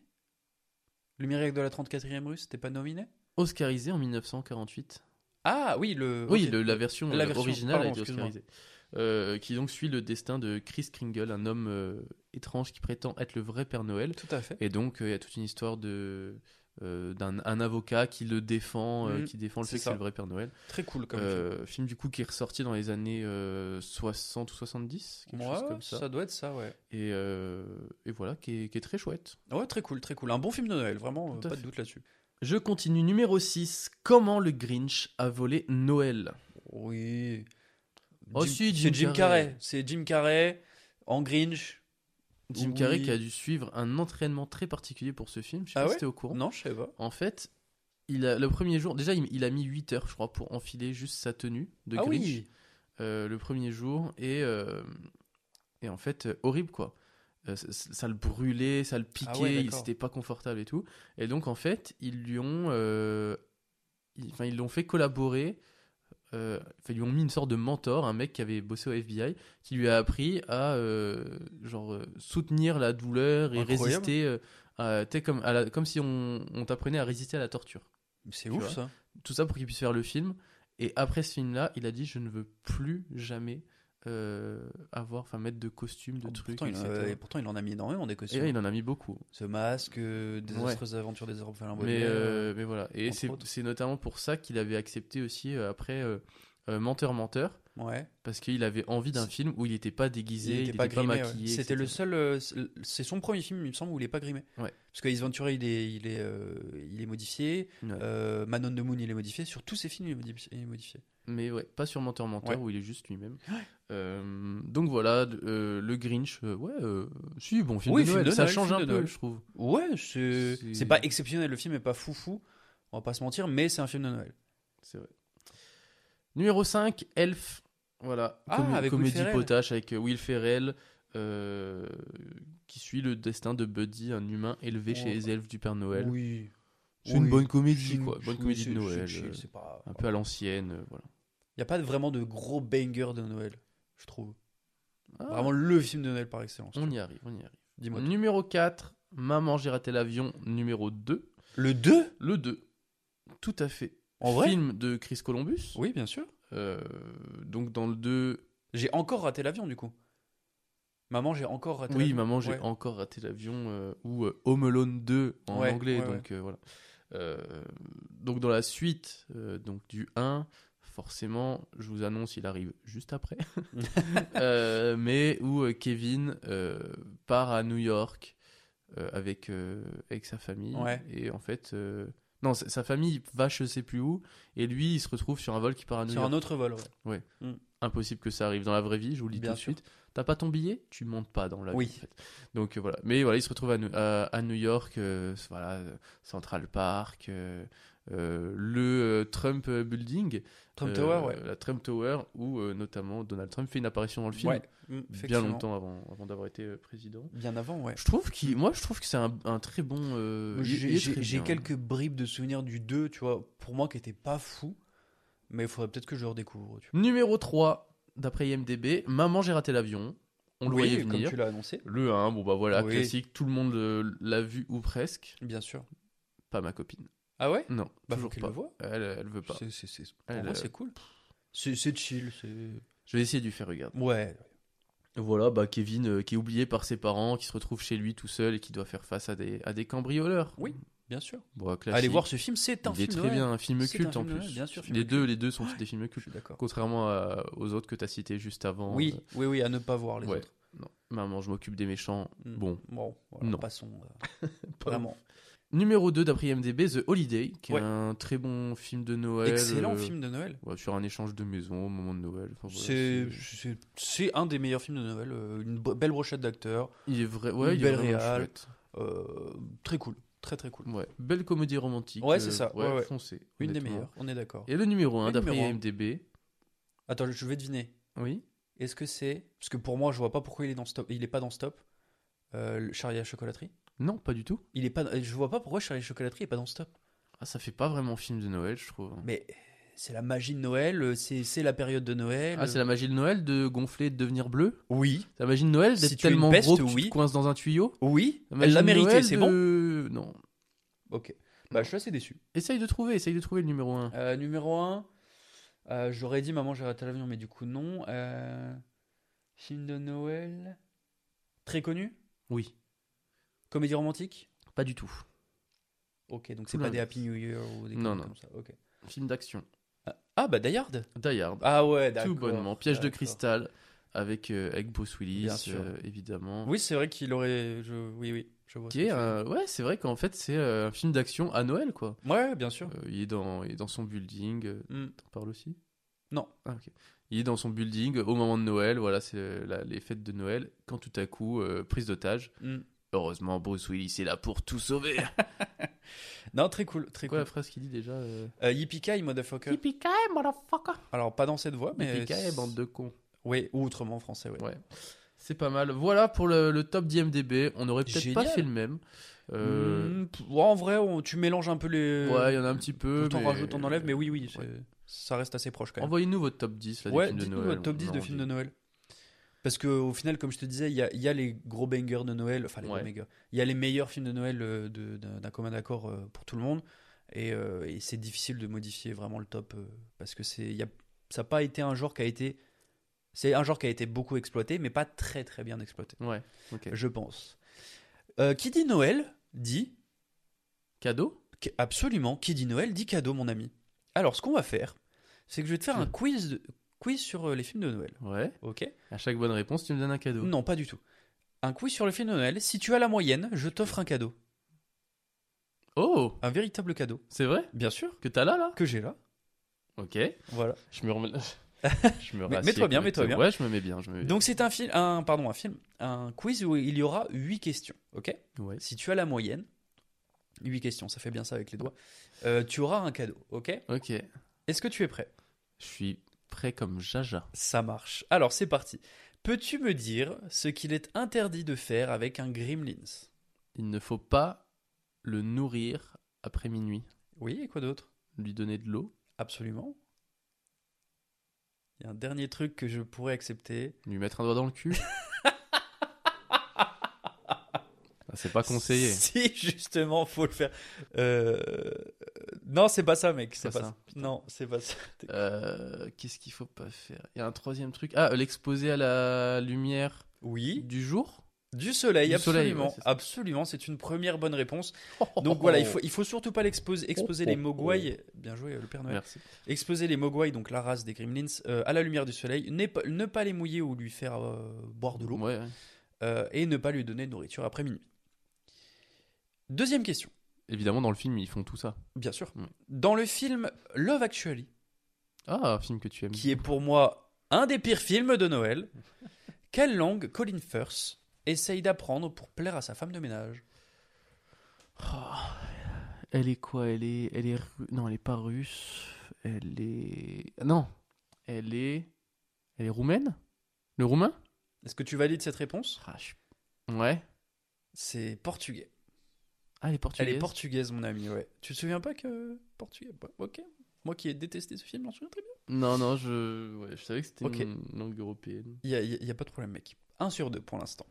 Speaker 6: Le miracle de la 34e rue, c'était pas nominé
Speaker 5: oscarisé en 1948.
Speaker 6: Ah oui, le.
Speaker 5: Oui,
Speaker 6: ok.
Speaker 5: le- la version,
Speaker 6: La
Speaker 5: euh,
Speaker 6: version,
Speaker 5: originale
Speaker 6: pardon,
Speaker 5: a été
Speaker 6: excuse-moi.
Speaker 5: oscarisée. euh, qui donc suit le destin de Chris Kringle, un homme euh, étrange qui prétend être le vrai Père Noël.
Speaker 6: Tout à fait.
Speaker 5: Et donc, euh, il y a toute une histoire de euh, d'un un avocat qui le défend, euh,
Speaker 6: Mhm,
Speaker 5: qui défend le
Speaker 6: c'est
Speaker 5: fait que c'est
Speaker 6: ça.
Speaker 5: le vrai Père Noël.
Speaker 6: Très cool comme film.
Speaker 5: Euh, film. du coup qui est ressorti dans les années euh, 60 ou 70, quelque
Speaker 6: Ouais,
Speaker 5: chose comme ça.
Speaker 6: ça doit être ça, ouais.
Speaker 5: Et, euh, et voilà, qui est, qui est très chouette.
Speaker 6: Ouais, très cool, très cool. Un bon film de Noël, vraiment, euh,
Speaker 5: Tout à
Speaker 6: pas de
Speaker 5: fait.
Speaker 6: doute là-dessus.
Speaker 5: Je continue numéro 6. Comment le Grinch a volé Noël
Speaker 6: Oui.
Speaker 5: Oh
Speaker 6: Jim-
Speaker 5: si,
Speaker 6: c'est Jim
Speaker 5: Jim
Speaker 6: Carrey.
Speaker 5: Carrey.
Speaker 6: C'est Jim Carrey en Grinch.
Speaker 5: Jim
Speaker 6: Oui.
Speaker 5: Carrey qui a dû suivre un entraînement très particulier pour ce film. Je sais
Speaker 6: Ah
Speaker 5: pas
Speaker 6: ouais
Speaker 5: si t'es au courant.
Speaker 6: Non, je sais pas.
Speaker 5: En fait, il a, le premier jour, déjà, il, il a mis 8 heures, je crois, pour enfiler juste sa tenue de
Speaker 6: ah
Speaker 5: Grinch
Speaker 6: oui.
Speaker 5: euh, le premier jour. Et, euh, et en fait, euh, horrible, quoi. Euh, ça, ça le brûlait, ça le piquait,
Speaker 6: Ah ouais,
Speaker 5: il
Speaker 6: d'accord.
Speaker 5: s'était pas confortable et tout. Et donc, en fait, ils lui ont. euh, ils- Enfin, ils l'ont fait collaborer. euh, enfin, ils lui ont mis une sorte de mentor, un mec qui avait bossé au FBI, qui lui a appris à euh, genre euh, soutenir la douleur et
Speaker 6: Incroyable.
Speaker 5: résister, euh, à- tu sais, comme, à la- comme si on, on t'apprenait à résister à la torture.
Speaker 6: C'est
Speaker 5: Tu
Speaker 6: ouf
Speaker 5: vois.
Speaker 6: ça.
Speaker 5: Tout ça pour qu'il puisse faire le film. Et après ce film-là, il a dit je ne veux plus jamais euh, avoir, enfin mettre de costumes, de
Speaker 6: Oh,
Speaker 5: trucs,
Speaker 6: pourtant, il, en
Speaker 5: etc.
Speaker 6: a- et pourtant, il en a mis énormément des
Speaker 5: Et
Speaker 6: costumes.
Speaker 5: ouais, il en a mis beaucoup.
Speaker 6: Ce masque, euh, Désastreuse aventure des arbres Fallin
Speaker 5: Mais,
Speaker 6: Baudelaire,
Speaker 5: euh, mais voilà. Et
Speaker 6: entre
Speaker 5: c'est
Speaker 6: autres.
Speaker 5: c'est notamment pour ça qu'il avait accepté aussi euh, après euh, euh, Menteur Menteur,
Speaker 6: Ouais.
Speaker 5: parce qu'il avait envie d'un
Speaker 6: C'est-
Speaker 5: film où il n'était pas déguisé, il n'était pas,
Speaker 6: grimé, ouais.
Speaker 5: maquillé.
Speaker 6: C'était le
Speaker 5: etc.
Speaker 6: seul. euh, c'est- c'est son premier film, il me semble, où il est pas grimé.
Speaker 5: Ouais.
Speaker 6: Parce que Ace Ventura, il est, il est, euh, il est modifié.
Speaker 5: Ouais.
Speaker 6: Euh, Man on the Moon, il est modifié. Sur tous ses films, il est modifié. il est modifié.
Speaker 5: Mais ouais, pas sur Menteur Menteur
Speaker 6: Ouais.
Speaker 5: où il est juste lui-même. Euh, donc voilà, de- euh, le Grinch, euh, ouais, euh, si, bon film,
Speaker 6: Oui,
Speaker 5: de
Speaker 6: film
Speaker 5: Noël,
Speaker 6: de
Speaker 5: ça
Speaker 6: Noël,
Speaker 5: change
Speaker 6: film
Speaker 5: un
Speaker 6: de
Speaker 5: peu,
Speaker 6: Noël.
Speaker 5: je trouve.
Speaker 6: Ouais, c'est
Speaker 5: C'est-
Speaker 6: c'est pas exceptionnel. Le film est pas foufou. On va pas se mentir, mais c'est un film de Noël.
Speaker 5: C'est vrai. Numéro 5, Elf. Voilà.
Speaker 6: Ah,
Speaker 5: Comé-
Speaker 6: avec Will
Speaker 5: comédie
Speaker 6: Ferrell.
Speaker 5: potache avec euh, Will Ferrell, euh, qui suit le destin de Buddy, un humain élevé chez
Speaker 6: Ouais.
Speaker 5: les elfes du Père Noël.
Speaker 6: Oh. Oui.
Speaker 5: C'est une
Speaker 6: Oui.
Speaker 5: bonne
Speaker 6: C'est
Speaker 5: comédie,
Speaker 6: une-
Speaker 5: quoi. Bonne
Speaker 6: oui,
Speaker 5: comédie de
Speaker 6: c'est-
Speaker 5: Noël.
Speaker 6: c'est chill,
Speaker 5: euh,
Speaker 6: c'est pas-
Speaker 5: un peu à l'ancienne, euh, voilà.
Speaker 6: Il n'y a pas de- vraiment de gros banger de Noël, je trouve. Vraiment le film de Noël par excellence.
Speaker 5: Ah, On y arrive, on y arrive.
Speaker 6: Dis-moi.
Speaker 5: Numéro 4, Maman, j'ai raté l'avion. Numéro 2,
Speaker 6: Le 2
Speaker 5: le 2. Tout à fait.
Speaker 6: En vrai
Speaker 5: Film de Chris Columbus.
Speaker 6: Oui, bien sûr.
Speaker 5: Euh, donc dans le 2,
Speaker 6: J'ai encore raté l'avion du coup. Maman, j'ai encore raté
Speaker 5: Oui,
Speaker 6: l'avion.
Speaker 5: maman, j'ai
Speaker 6: Ouais.
Speaker 5: encore raté l'avion euh, ou euh, Home Alone 2 en
Speaker 6: Ouais,
Speaker 5: anglais.
Speaker 6: ouais,
Speaker 5: donc euh, voilà. Euh, donc dans la suite euh, donc du 1, forcément, je vous annonce, il arrive juste
Speaker 6: *laughs*
Speaker 5: après. Euh, mais où euh, Kevin euh, part à New York euh, avec, euh, avec sa famille.
Speaker 6: Ouais.
Speaker 5: Et en fait. euh, non, sa sa famille va je sais plus où, et lui, il se retrouve sur un vol qui part à New
Speaker 6: Sur
Speaker 5: York.
Speaker 6: un autre vol, ouais.
Speaker 5: Impossible que ça arrive dans la vraie vie, je vous le dis
Speaker 6: Bien
Speaker 5: tout de
Speaker 6: sûr.
Speaker 5: suite. T'as pas ton billet, tu montes pas dans la
Speaker 6: Oui.
Speaker 5: vie. en fait. Donc euh, voilà. Mais voilà, il se retrouve à, New- à- à New York, euh, voilà, euh, Central Park, euh, euh, le euh, Trump Building,
Speaker 6: Trump
Speaker 5: euh,
Speaker 6: Tower, ouais.
Speaker 5: la Trump Tower, où euh, notamment Donald Trump fait une apparition dans le film,
Speaker 6: Ouais, mm,
Speaker 5: bien
Speaker 6: effectivement.
Speaker 5: longtemps avant, avant d'avoir été euh, président.
Speaker 6: Bien avant, ouais.
Speaker 5: Je trouve qu'il, moi, je trouve que c'est un, un très bon. euh, il- il
Speaker 6: J'ai
Speaker 5: est très
Speaker 6: j'ai- j'ai
Speaker 5: bien.
Speaker 6: quelques bribes de souvenirs du 2, tu vois, pour moi qui était pas fou, mais il faudrait peut-être que je le redécouvre. Tu vois.
Speaker 5: Numéro 3, d'après IMDb, Maman, j'ai raté l'avion. On le
Speaker 6: Oui,
Speaker 5: voyait
Speaker 6: Comme
Speaker 5: venir.
Speaker 6: tu l'as annoncé,
Speaker 5: Le 1, bon bah voilà,
Speaker 6: Oui.
Speaker 5: classique, tout le monde euh, l'a vu ou presque.
Speaker 6: bien sûr.
Speaker 5: Pas ma copine.
Speaker 6: Ah ouais
Speaker 5: Non,
Speaker 6: Bah, faut
Speaker 5: Mm, toujours
Speaker 6: qu'elle
Speaker 5: pas.
Speaker 6: le voie.
Speaker 5: Elle, elle veut pas.
Speaker 6: C'est- c'est- c'est- Pour
Speaker 5: Elle,
Speaker 6: moi,
Speaker 5: euh,
Speaker 6: c'est cool. C'est c'est chill. c'est-
Speaker 5: Je vais essayer de lui faire regarder.
Speaker 6: Ouais.
Speaker 5: Voilà, bah Kevin euh, qui est oublié par ses parents, qui se retrouve chez lui tout seul et qui doit faire face à des, à des cambrioleurs.
Speaker 6: Oui, bien sûr.
Speaker 5: Bon, classique.
Speaker 6: Allez voir ce film, c'est un
Speaker 5: Il est
Speaker 6: film.
Speaker 5: très
Speaker 6: Noël.
Speaker 5: bien, un film
Speaker 6: C'est un
Speaker 5: culte en
Speaker 6: film Noël,
Speaker 5: plus.
Speaker 6: bien sûr, film
Speaker 5: les,
Speaker 6: culte.
Speaker 5: deux, les deux sont des films
Speaker 6: Je
Speaker 5: cultes.
Speaker 6: suis d'accord.
Speaker 5: Contrairement à- aux autres que t'as cités juste avant.
Speaker 6: Oui,
Speaker 5: euh,
Speaker 6: oui, oui, à ne pas voir les
Speaker 5: ouais.
Speaker 6: autres.
Speaker 5: non. Maman, je m'occupe des méchants.
Speaker 6: Mm.
Speaker 5: Bon,
Speaker 6: Bon, voilà,
Speaker 5: Non.
Speaker 6: passons. euh,
Speaker 5: *laughs* pas
Speaker 6: vraiment.
Speaker 5: Numéro 2 d'après IMDb, The Holiday, qui
Speaker 6: Ouais.
Speaker 5: est un très bon film de Noël.
Speaker 6: Excellent
Speaker 5: euh,
Speaker 6: film de Noël.
Speaker 5: ouais, sur un échange de maisons au moment de Noël. Enfin, voilà,
Speaker 6: C'est c'est- c'est un des meilleurs films de Noël. euh, Une bo- belle brochette d'acteurs.
Speaker 5: il est vrai, ouais,
Speaker 6: une
Speaker 5: il est
Speaker 6: belle
Speaker 5: vraiment
Speaker 6: réal.
Speaker 5: chouette.
Speaker 6: euh, très cool. Très, très cool.
Speaker 5: Ouais, belle comédie romantique. euh,
Speaker 6: Ouais, c'est ça, ouais, ouais.
Speaker 5: foncée,
Speaker 6: Une des
Speaker 5: honnêtement.
Speaker 6: meilleures, on est d'accord.
Speaker 5: Et le numéro
Speaker 6: Le
Speaker 5: 1 d'après
Speaker 6: numéro un.
Speaker 5: IMDb.
Speaker 6: Attends, je vais deviner.
Speaker 5: Oui.
Speaker 6: Est-ce que c'est. Parce que pour moi, je vois pas pourquoi il est dans Stop. Il est pas dans Stop. Euh, le Charlie à la chocolaterie.
Speaker 5: Non, pas du tout.
Speaker 6: Il est pas... euh, Je vois pas pourquoi Charlie à la chocolaterie est pas dans Stop.
Speaker 5: Ah, ça fait pas vraiment film de Noël, je trouve.
Speaker 6: Mais c'est la magie de Noël, euh, c'est c'est la période de Noël.
Speaker 5: Ah, c'est la magie de Noël de gonfler et de devenir bleu
Speaker 6: Oui,
Speaker 5: C'est la magie de Noël d'être
Speaker 6: Si tu es une
Speaker 5: tellement
Speaker 6: peste,
Speaker 5: gros que tu
Speaker 6: oui.
Speaker 5: te coinces dans un tuyau
Speaker 6: oui.
Speaker 5: La
Speaker 6: Elle
Speaker 5: magie
Speaker 6: l'a
Speaker 5: de
Speaker 6: mérité,
Speaker 5: Noël
Speaker 6: c'est
Speaker 5: de-
Speaker 6: bon.
Speaker 5: Non.
Speaker 6: Ok. Bah, je suis assez déçu.
Speaker 5: Essaye de trouver, essaye de trouver le numéro 1.
Speaker 6: Euh, numéro 1. Euh, J'aurais dit Maman, j'ai raté l'avion, mais du coup, non. Euh, Film de Noël. Très connu
Speaker 5: Oui.
Speaker 6: Comédie romantique
Speaker 5: Pas du tout.
Speaker 6: Ok, donc c'est
Speaker 5: Tout
Speaker 6: pas des
Speaker 5: l'inverse.
Speaker 6: Happy New Year ou des
Speaker 5: Non,
Speaker 6: trucs
Speaker 5: non.
Speaker 6: comme ça. Ok.
Speaker 5: Film d'action.
Speaker 6: Ah, bah Die Hard
Speaker 5: Die Hard.
Speaker 6: Ah ouais, d'accord.
Speaker 5: Tout bonnement. Piège de
Speaker 6: d'accord.
Speaker 5: cristal avec, euh, avec Bruce Willis,
Speaker 6: Bien sûr.
Speaker 5: euh, évidemment.
Speaker 6: Oui, c'est vrai qu'il aurait. je- Oui, oui, je vois. ce
Speaker 5: Qui
Speaker 6: que
Speaker 5: est euh,
Speaker 6: tu veux dire.
Speaker 5: un- Ouais, c'est vrai qu'en fait, c'est euh, un film d'action à Noël, quoi.
Speaker 6: Ouais, bien sûr.
Speaker 5: Euh, il, est dans, il est dans son building. euh,
Speaker 6: Mm.
Speaker 5: T'en parles aussi
Speaker 6: Non.
Speaker 5: Ah, ok. Il est dans son building euh, au moment de Noël, voilà, c'est euh, la- les fêtes de Noël, quand tout à coup, euh, prise d'otage.
Speaker 6: Mm.
Speaker 5: Heureusement, Bruce Willis est là pour tout
Speaker 6: *laughs*
Speaker 5: sauver.
Speaker 6: Non, très cool, très
Speaker 5: C'est quoi la
Speaker 6: cool.
Speaker 5: phrase qu'il dit déjà euh
Speaker 6: Euh, Yippee-ki-yay, motherfucker.
Speaker 5: motherfucker
Speaker 6: Alors, pas dans cette voix, mais.
Speaker 5: Yippee-ki-yay, bande de cons.
Speaker 6: Oui, ou autrement en français, ouais.
Speaker 5: Ouais. C'est pas mal. Voilà pour le, le top d'IMDB. On aurait peut-être pas
Speaker 6: Génial.
Speaker 5: fait le même. Euh,
Speaker 6: Mm, p- ouais, en vrai, on- tu mélanges un peu les.
Speaker 5: Ouais, il y en a un petit peu.
Speaker 6: Hmm. On t'en
Speaker 5: mais-
Speaker 6: rajoute, on enlève, mais oui, oui, c'est-
Speaker 5: Ouais.
Speaker 6: ça reste assez proche quand même.
Speaker 5: Envoyez-nous votre top 10 là, des
Speaker 6: ouais,
Speaker 5: films de
Speaker 6: dites-nous
Speaker 5: Noël.
Speaker 6: votre top
Speaker 5: On
Speaker 6: 10
Speaker 5: en
Speaker 6: de films de
Speaker 5: dit.
Speaker 6: Noël. Parce que au final, comme je te disais, il y a, il y a les gros bangers de Noël, enfin les gros
Speaker 5: Ouais.
Speaker 6: bangers. il y a les meilleurs films de Noël euh, de- d'un d'un commun accord euh, pour tout le monde, et, euh, et c'est difficile de modifier vraiment le top euh, parce que c'est, il y a- ça n'a pas été un genre qui a été, c'est un genre qui a été beaucoup exploité, mais pas très très bien exploité,
Speaker 5: Ouais, ok.
Speaker 6: je pense. Euh, qui dit Noël dit
Speaker 5: Cadeau
Speaker 6: Qu- Absolument. Qui dit Noël dit cadeau, mon ami. Alors, ce qu'on va faire, c'est que je vais te faire
Speaker 5: Hmm.
Speaker 6: un quiz, de- quiz sur euh, les films de Noël.
Speaker 5: Ouais.
Speaker 6: Ok
Speaker 5: À chaque bonne réponse, tu me donnes un cadeau.
Speaker 6: Non, pas du tout. Un quiz sur les films de Noël. Si tu as la moyenne, je t'offre un cadeau.
Speaker 5: Oh
Speaker 6: Un véritable cadeau.
Speaker 5: C'est vrai
Speaker 6: Bien sûr.
Speaker 5: Que t'as là, là
Speaker 6: Que j'ai là.
Speaker 5: Ok.
Speaker 6: Voilà.
Speaker 5: Je me remets. *laughs* je me
Speaker 6: Mais-
Speaker 5: rassieds
Speaker 6: mets-toi bien, mets-toi bien.
Speaker 5: correctement. Ouais, je me mets bien. Je me mets
Speaker 6: Donc, c'est un film, un, pardon, un film, un quiz où il y aura 8 questions. Ok
Speaker 5: bien. Ouais.
Speaker 6: Si tu as la moyenne, 8 questions, ça fait bien ça avec les doigts, euh, tu auras un cadeau. Ok
Speaker 5: Ok.
Speaker 6: Est-ce que tu es prêt
Speaker 5: Je suis prêt comme Jaja.
Speaker 6: Ça marche. Alors c'est parti. Peux-tu me dire ce qu'il est interdit de faire avec un gremlins
Speaker 5: Il ne faut pas le nourrir après minuit.
Speaker 6: Oui, et quoi d'autre
Speaker 5: Lui donner de l'eau,
Speaker 6: Absolument. Il y a un dernier truc que je pourrais accepter.
Speaker 5: lui mettre un doigt dans le cul.
Speaker 6: *laughs*
Speaker 5: Ah, C'est pas conseillé.
Speaker 6: *laughs* Si justement, faut le faire. Euh, Non, c'est pas ça, mec. C'est
Speaker 5: Pas
Speaker 6: pas,
Speaker 5: ça,
Speaker 6: ça. Non, c'est pas ça. *laughs*
Speaker 5: Euh, Qu'est-ce qu'il faut pas faire Il y a un troisième truc. Ah, euh, l'exposer à la lumière
Speaker 6: Oui,
Speaker 5: du jour
Speaker 6: du soleil,
Speaker 5: Du soleil,
Speaker 6: absolument,
Speaker 5: ouais, c'est ça.
Speaker 6: absolument. C'est une première
Speaker 5: *laughs*
Speaker 6: bonne réponse. Donc voilà, il faut, il faut surtout pas l'exposer, exposer
Speaker 5: Oh,
Speaker 6: les
Speaker 5: oh, oh.
Speaker 6: mogwai. Bien joué, euh, le Père Noël.
Speaker 5: Merci.
Speaker 6: Exposer les mogwai, donc la race des gremlins, euh, à la lumière du soleil, n'est pas- ne pas les mouiller ou lui faire euh, boire de l'eau,
Speaker 5: Ouais, ouais.
Speaker 6: euh, et ne pas lui donner de nourriture après minuit. Deuxième question,
Speaker 5: Évidemment, dans le film, ils font tout ça.
Speaker 6: bien sûr.
Speaker 5: Ouais.
Speaker 6: Dans le film Love Actually,
Speaker 5: Ah, un film que tu aimes.
Speaker 6: Mmh. qui est pour moi un des pires films de Noël, quelle langue Colin Firth essaye d'apprendre pour plaire à sa femme de ménage
Speaker 5: Oh, Elle est quoi Elle est, elle est, ru- non, elle est pas russe. Elle est, non, elle est, elle est roumaine. Le roumain
Speaker 6: Est-ce que tu valides cette réponse
Speaker 5: Ah, je suis- Ouais.
Speaker 6: C'est portugais.
Speaker 5: Ah, elle est portugaise.
Speaker 6: Elle est portugaise, mon ami, ouais. Tu te souviens pas que portugais ouais, Ok. Moi qui ai détesté ce film, j'en souviens très bien.
Speaker 5: Non, non, je, ouais, je savais que c'était
Speaker 6: Ok.
Speaker 5: une langue européenne.
Speaker 6: Il n'y a, y a- y a pas de problème, mec. 1 sur 2 pour l'instant.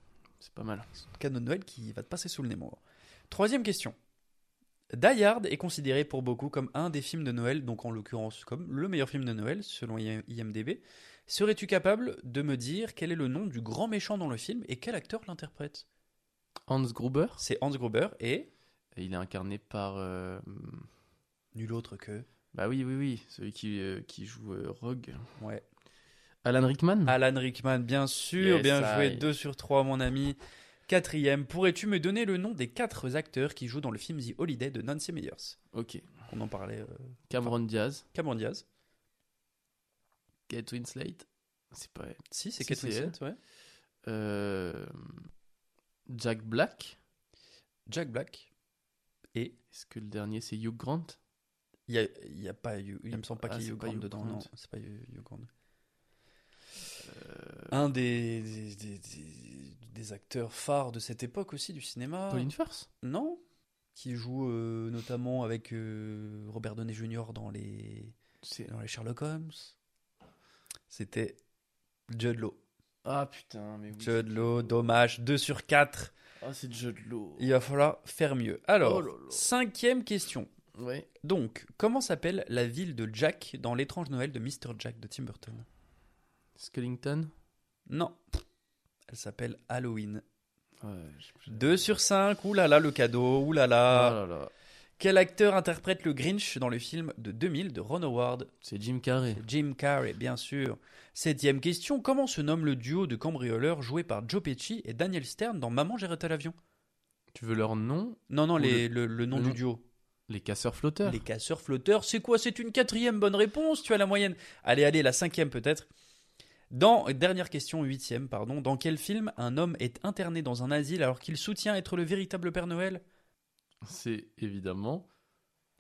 Speaker 5: C'est pas mal.
Speaker 6: Cadeau de Noël qui va te passer sous le nez, mon gars. Troisième question. Die Hard est considéré pour beaucoup comme un des films de Noël, donc en l'occurrence comme le meilleur film de Noël, selon I- IMDB. Serais-tu capable de me dire quel est le nom du grand méchant dans le film et quel acteur l'interprète
Speaker 5: Hans Gruber.
Speaker 6: C'est Hans Gruber et...
Speaker 5: Et Il est incarné par. euh,
Speaker 6: Nul autre que...
Speaker 5: Bah oui, oui, oui, celui qui, euh, qui joue euh, Rogue.
Speaker 6: Ouais.
Speaker 5: Alan Rickman
Speaker 6: Alan Rickman, bien sûr,
Speaker 5: Hmm. Yes,
Speaker 6: bien joué,
Speaker 5: I.
Speaker 6: 2 sur 3, mon ami. Quatrième, pourrais-tu me donner le nom des quatre acteurs qui jouent dans le film The Holiday de Nancy Meyers
Speaker 5: Ok.
Speaker 6: On en parlait... euh,
Speaker 5: Cameron Diaz.
Speaker 6: Cameron Diaz.
Speaker 5: Kate Winslet. C'est pas elle.
Speaker 6: Si, c'est
Speaker 5: Si,
Speaker 6: Kate
Speaker 5: c'est
Speaker 6: Winslet, ouais.
Speaker 5: Euh, Jack Black.
Speaker 6: Jack Black. Et
Speaker 5: Est-ce que le dernier c'est Hugh Grant
Speaker 6: il y a, il y a pas Hugh- il me semble pas
Speaker 5: Ah,
Speaker 6: qu'il y
Speaker 5: c'est
Speaker 6: ait Hugh
Speaker 5: pas
Speaker 6: Grant
Speaker 5: Hugh
Speaker 6: dedans.
Speaker 5: Grant. Euh.
Speaker 6: Non, c'est pas Hugh Hugh Grant. Un des, des, des- des- des acteurs phares de cette époque aussi du cinéma.
Speaker 5: Colin Firth
Speaker 6: Non Qui joue euh, notamment avec euh, Robert Downey Jr. dans les,
Speaker 5: C'est-
Speaker 6: dans les Sherlock Holmes. C'était Judd Law.
Speaker 5: Ah putain, mais oui.
Speaker 6: Judd Law, dommage, 2 sur 4.
Speaker 5: Ah, c'est Judd Law.
Speaker 6: Il va falloir faire mieux. Alors,
Speaker 5: Oh là là.
Speaker 6: cinquième question.
Speaker 5: Ouais.
Speaker 6: Donc, comment s'appelle la ville de Jack dans l'étrange Noël de Mr. Jack de Tim Burton
Speaker 5: Skellington
Speaker 6: Non. Elle s'appelle Halloween.
Speaker 5: Ouais, j'ai plus-
Speaker 6: 2 sur 5, oulala le cadeau, oulala.
Speaker 5: Oh là là.
Speaker 6: Quel acteur interprète le Grinch dans le film de 2000 de Ron Howard
Speaker 5: C'est Jim Carrey.
Speaker 6: Jim Carrey, bien sûr. Septième question, comment se nomme le duo de cambrioleurs joué par Joe Pesci et Daniel Stern dans Maman, j'ai raté l'avion
Speaker 5: Tu veux leur nom
Speaker 6: Non, non,
Speaker 5: Ou
Speaker 6: les- le, le nom
Speaker 5: le
Speaker 6: du
Speaker 5: nom.
Speaker 6: duo.
Speaker 5: Les casseurs flotteurs.
Speaker 6: Les casseurs flotteurs, c'est quoi C'est une quatrième bonne réponse, tu as la moyenne. Allez, allez, la cinquième peut-être. Dans, dernière question, huitième, pardon. Dans quel film un homme est interné dans un asile alors qu'il soutient être le véritable Père Noël
Speaker 5: C'est évidemment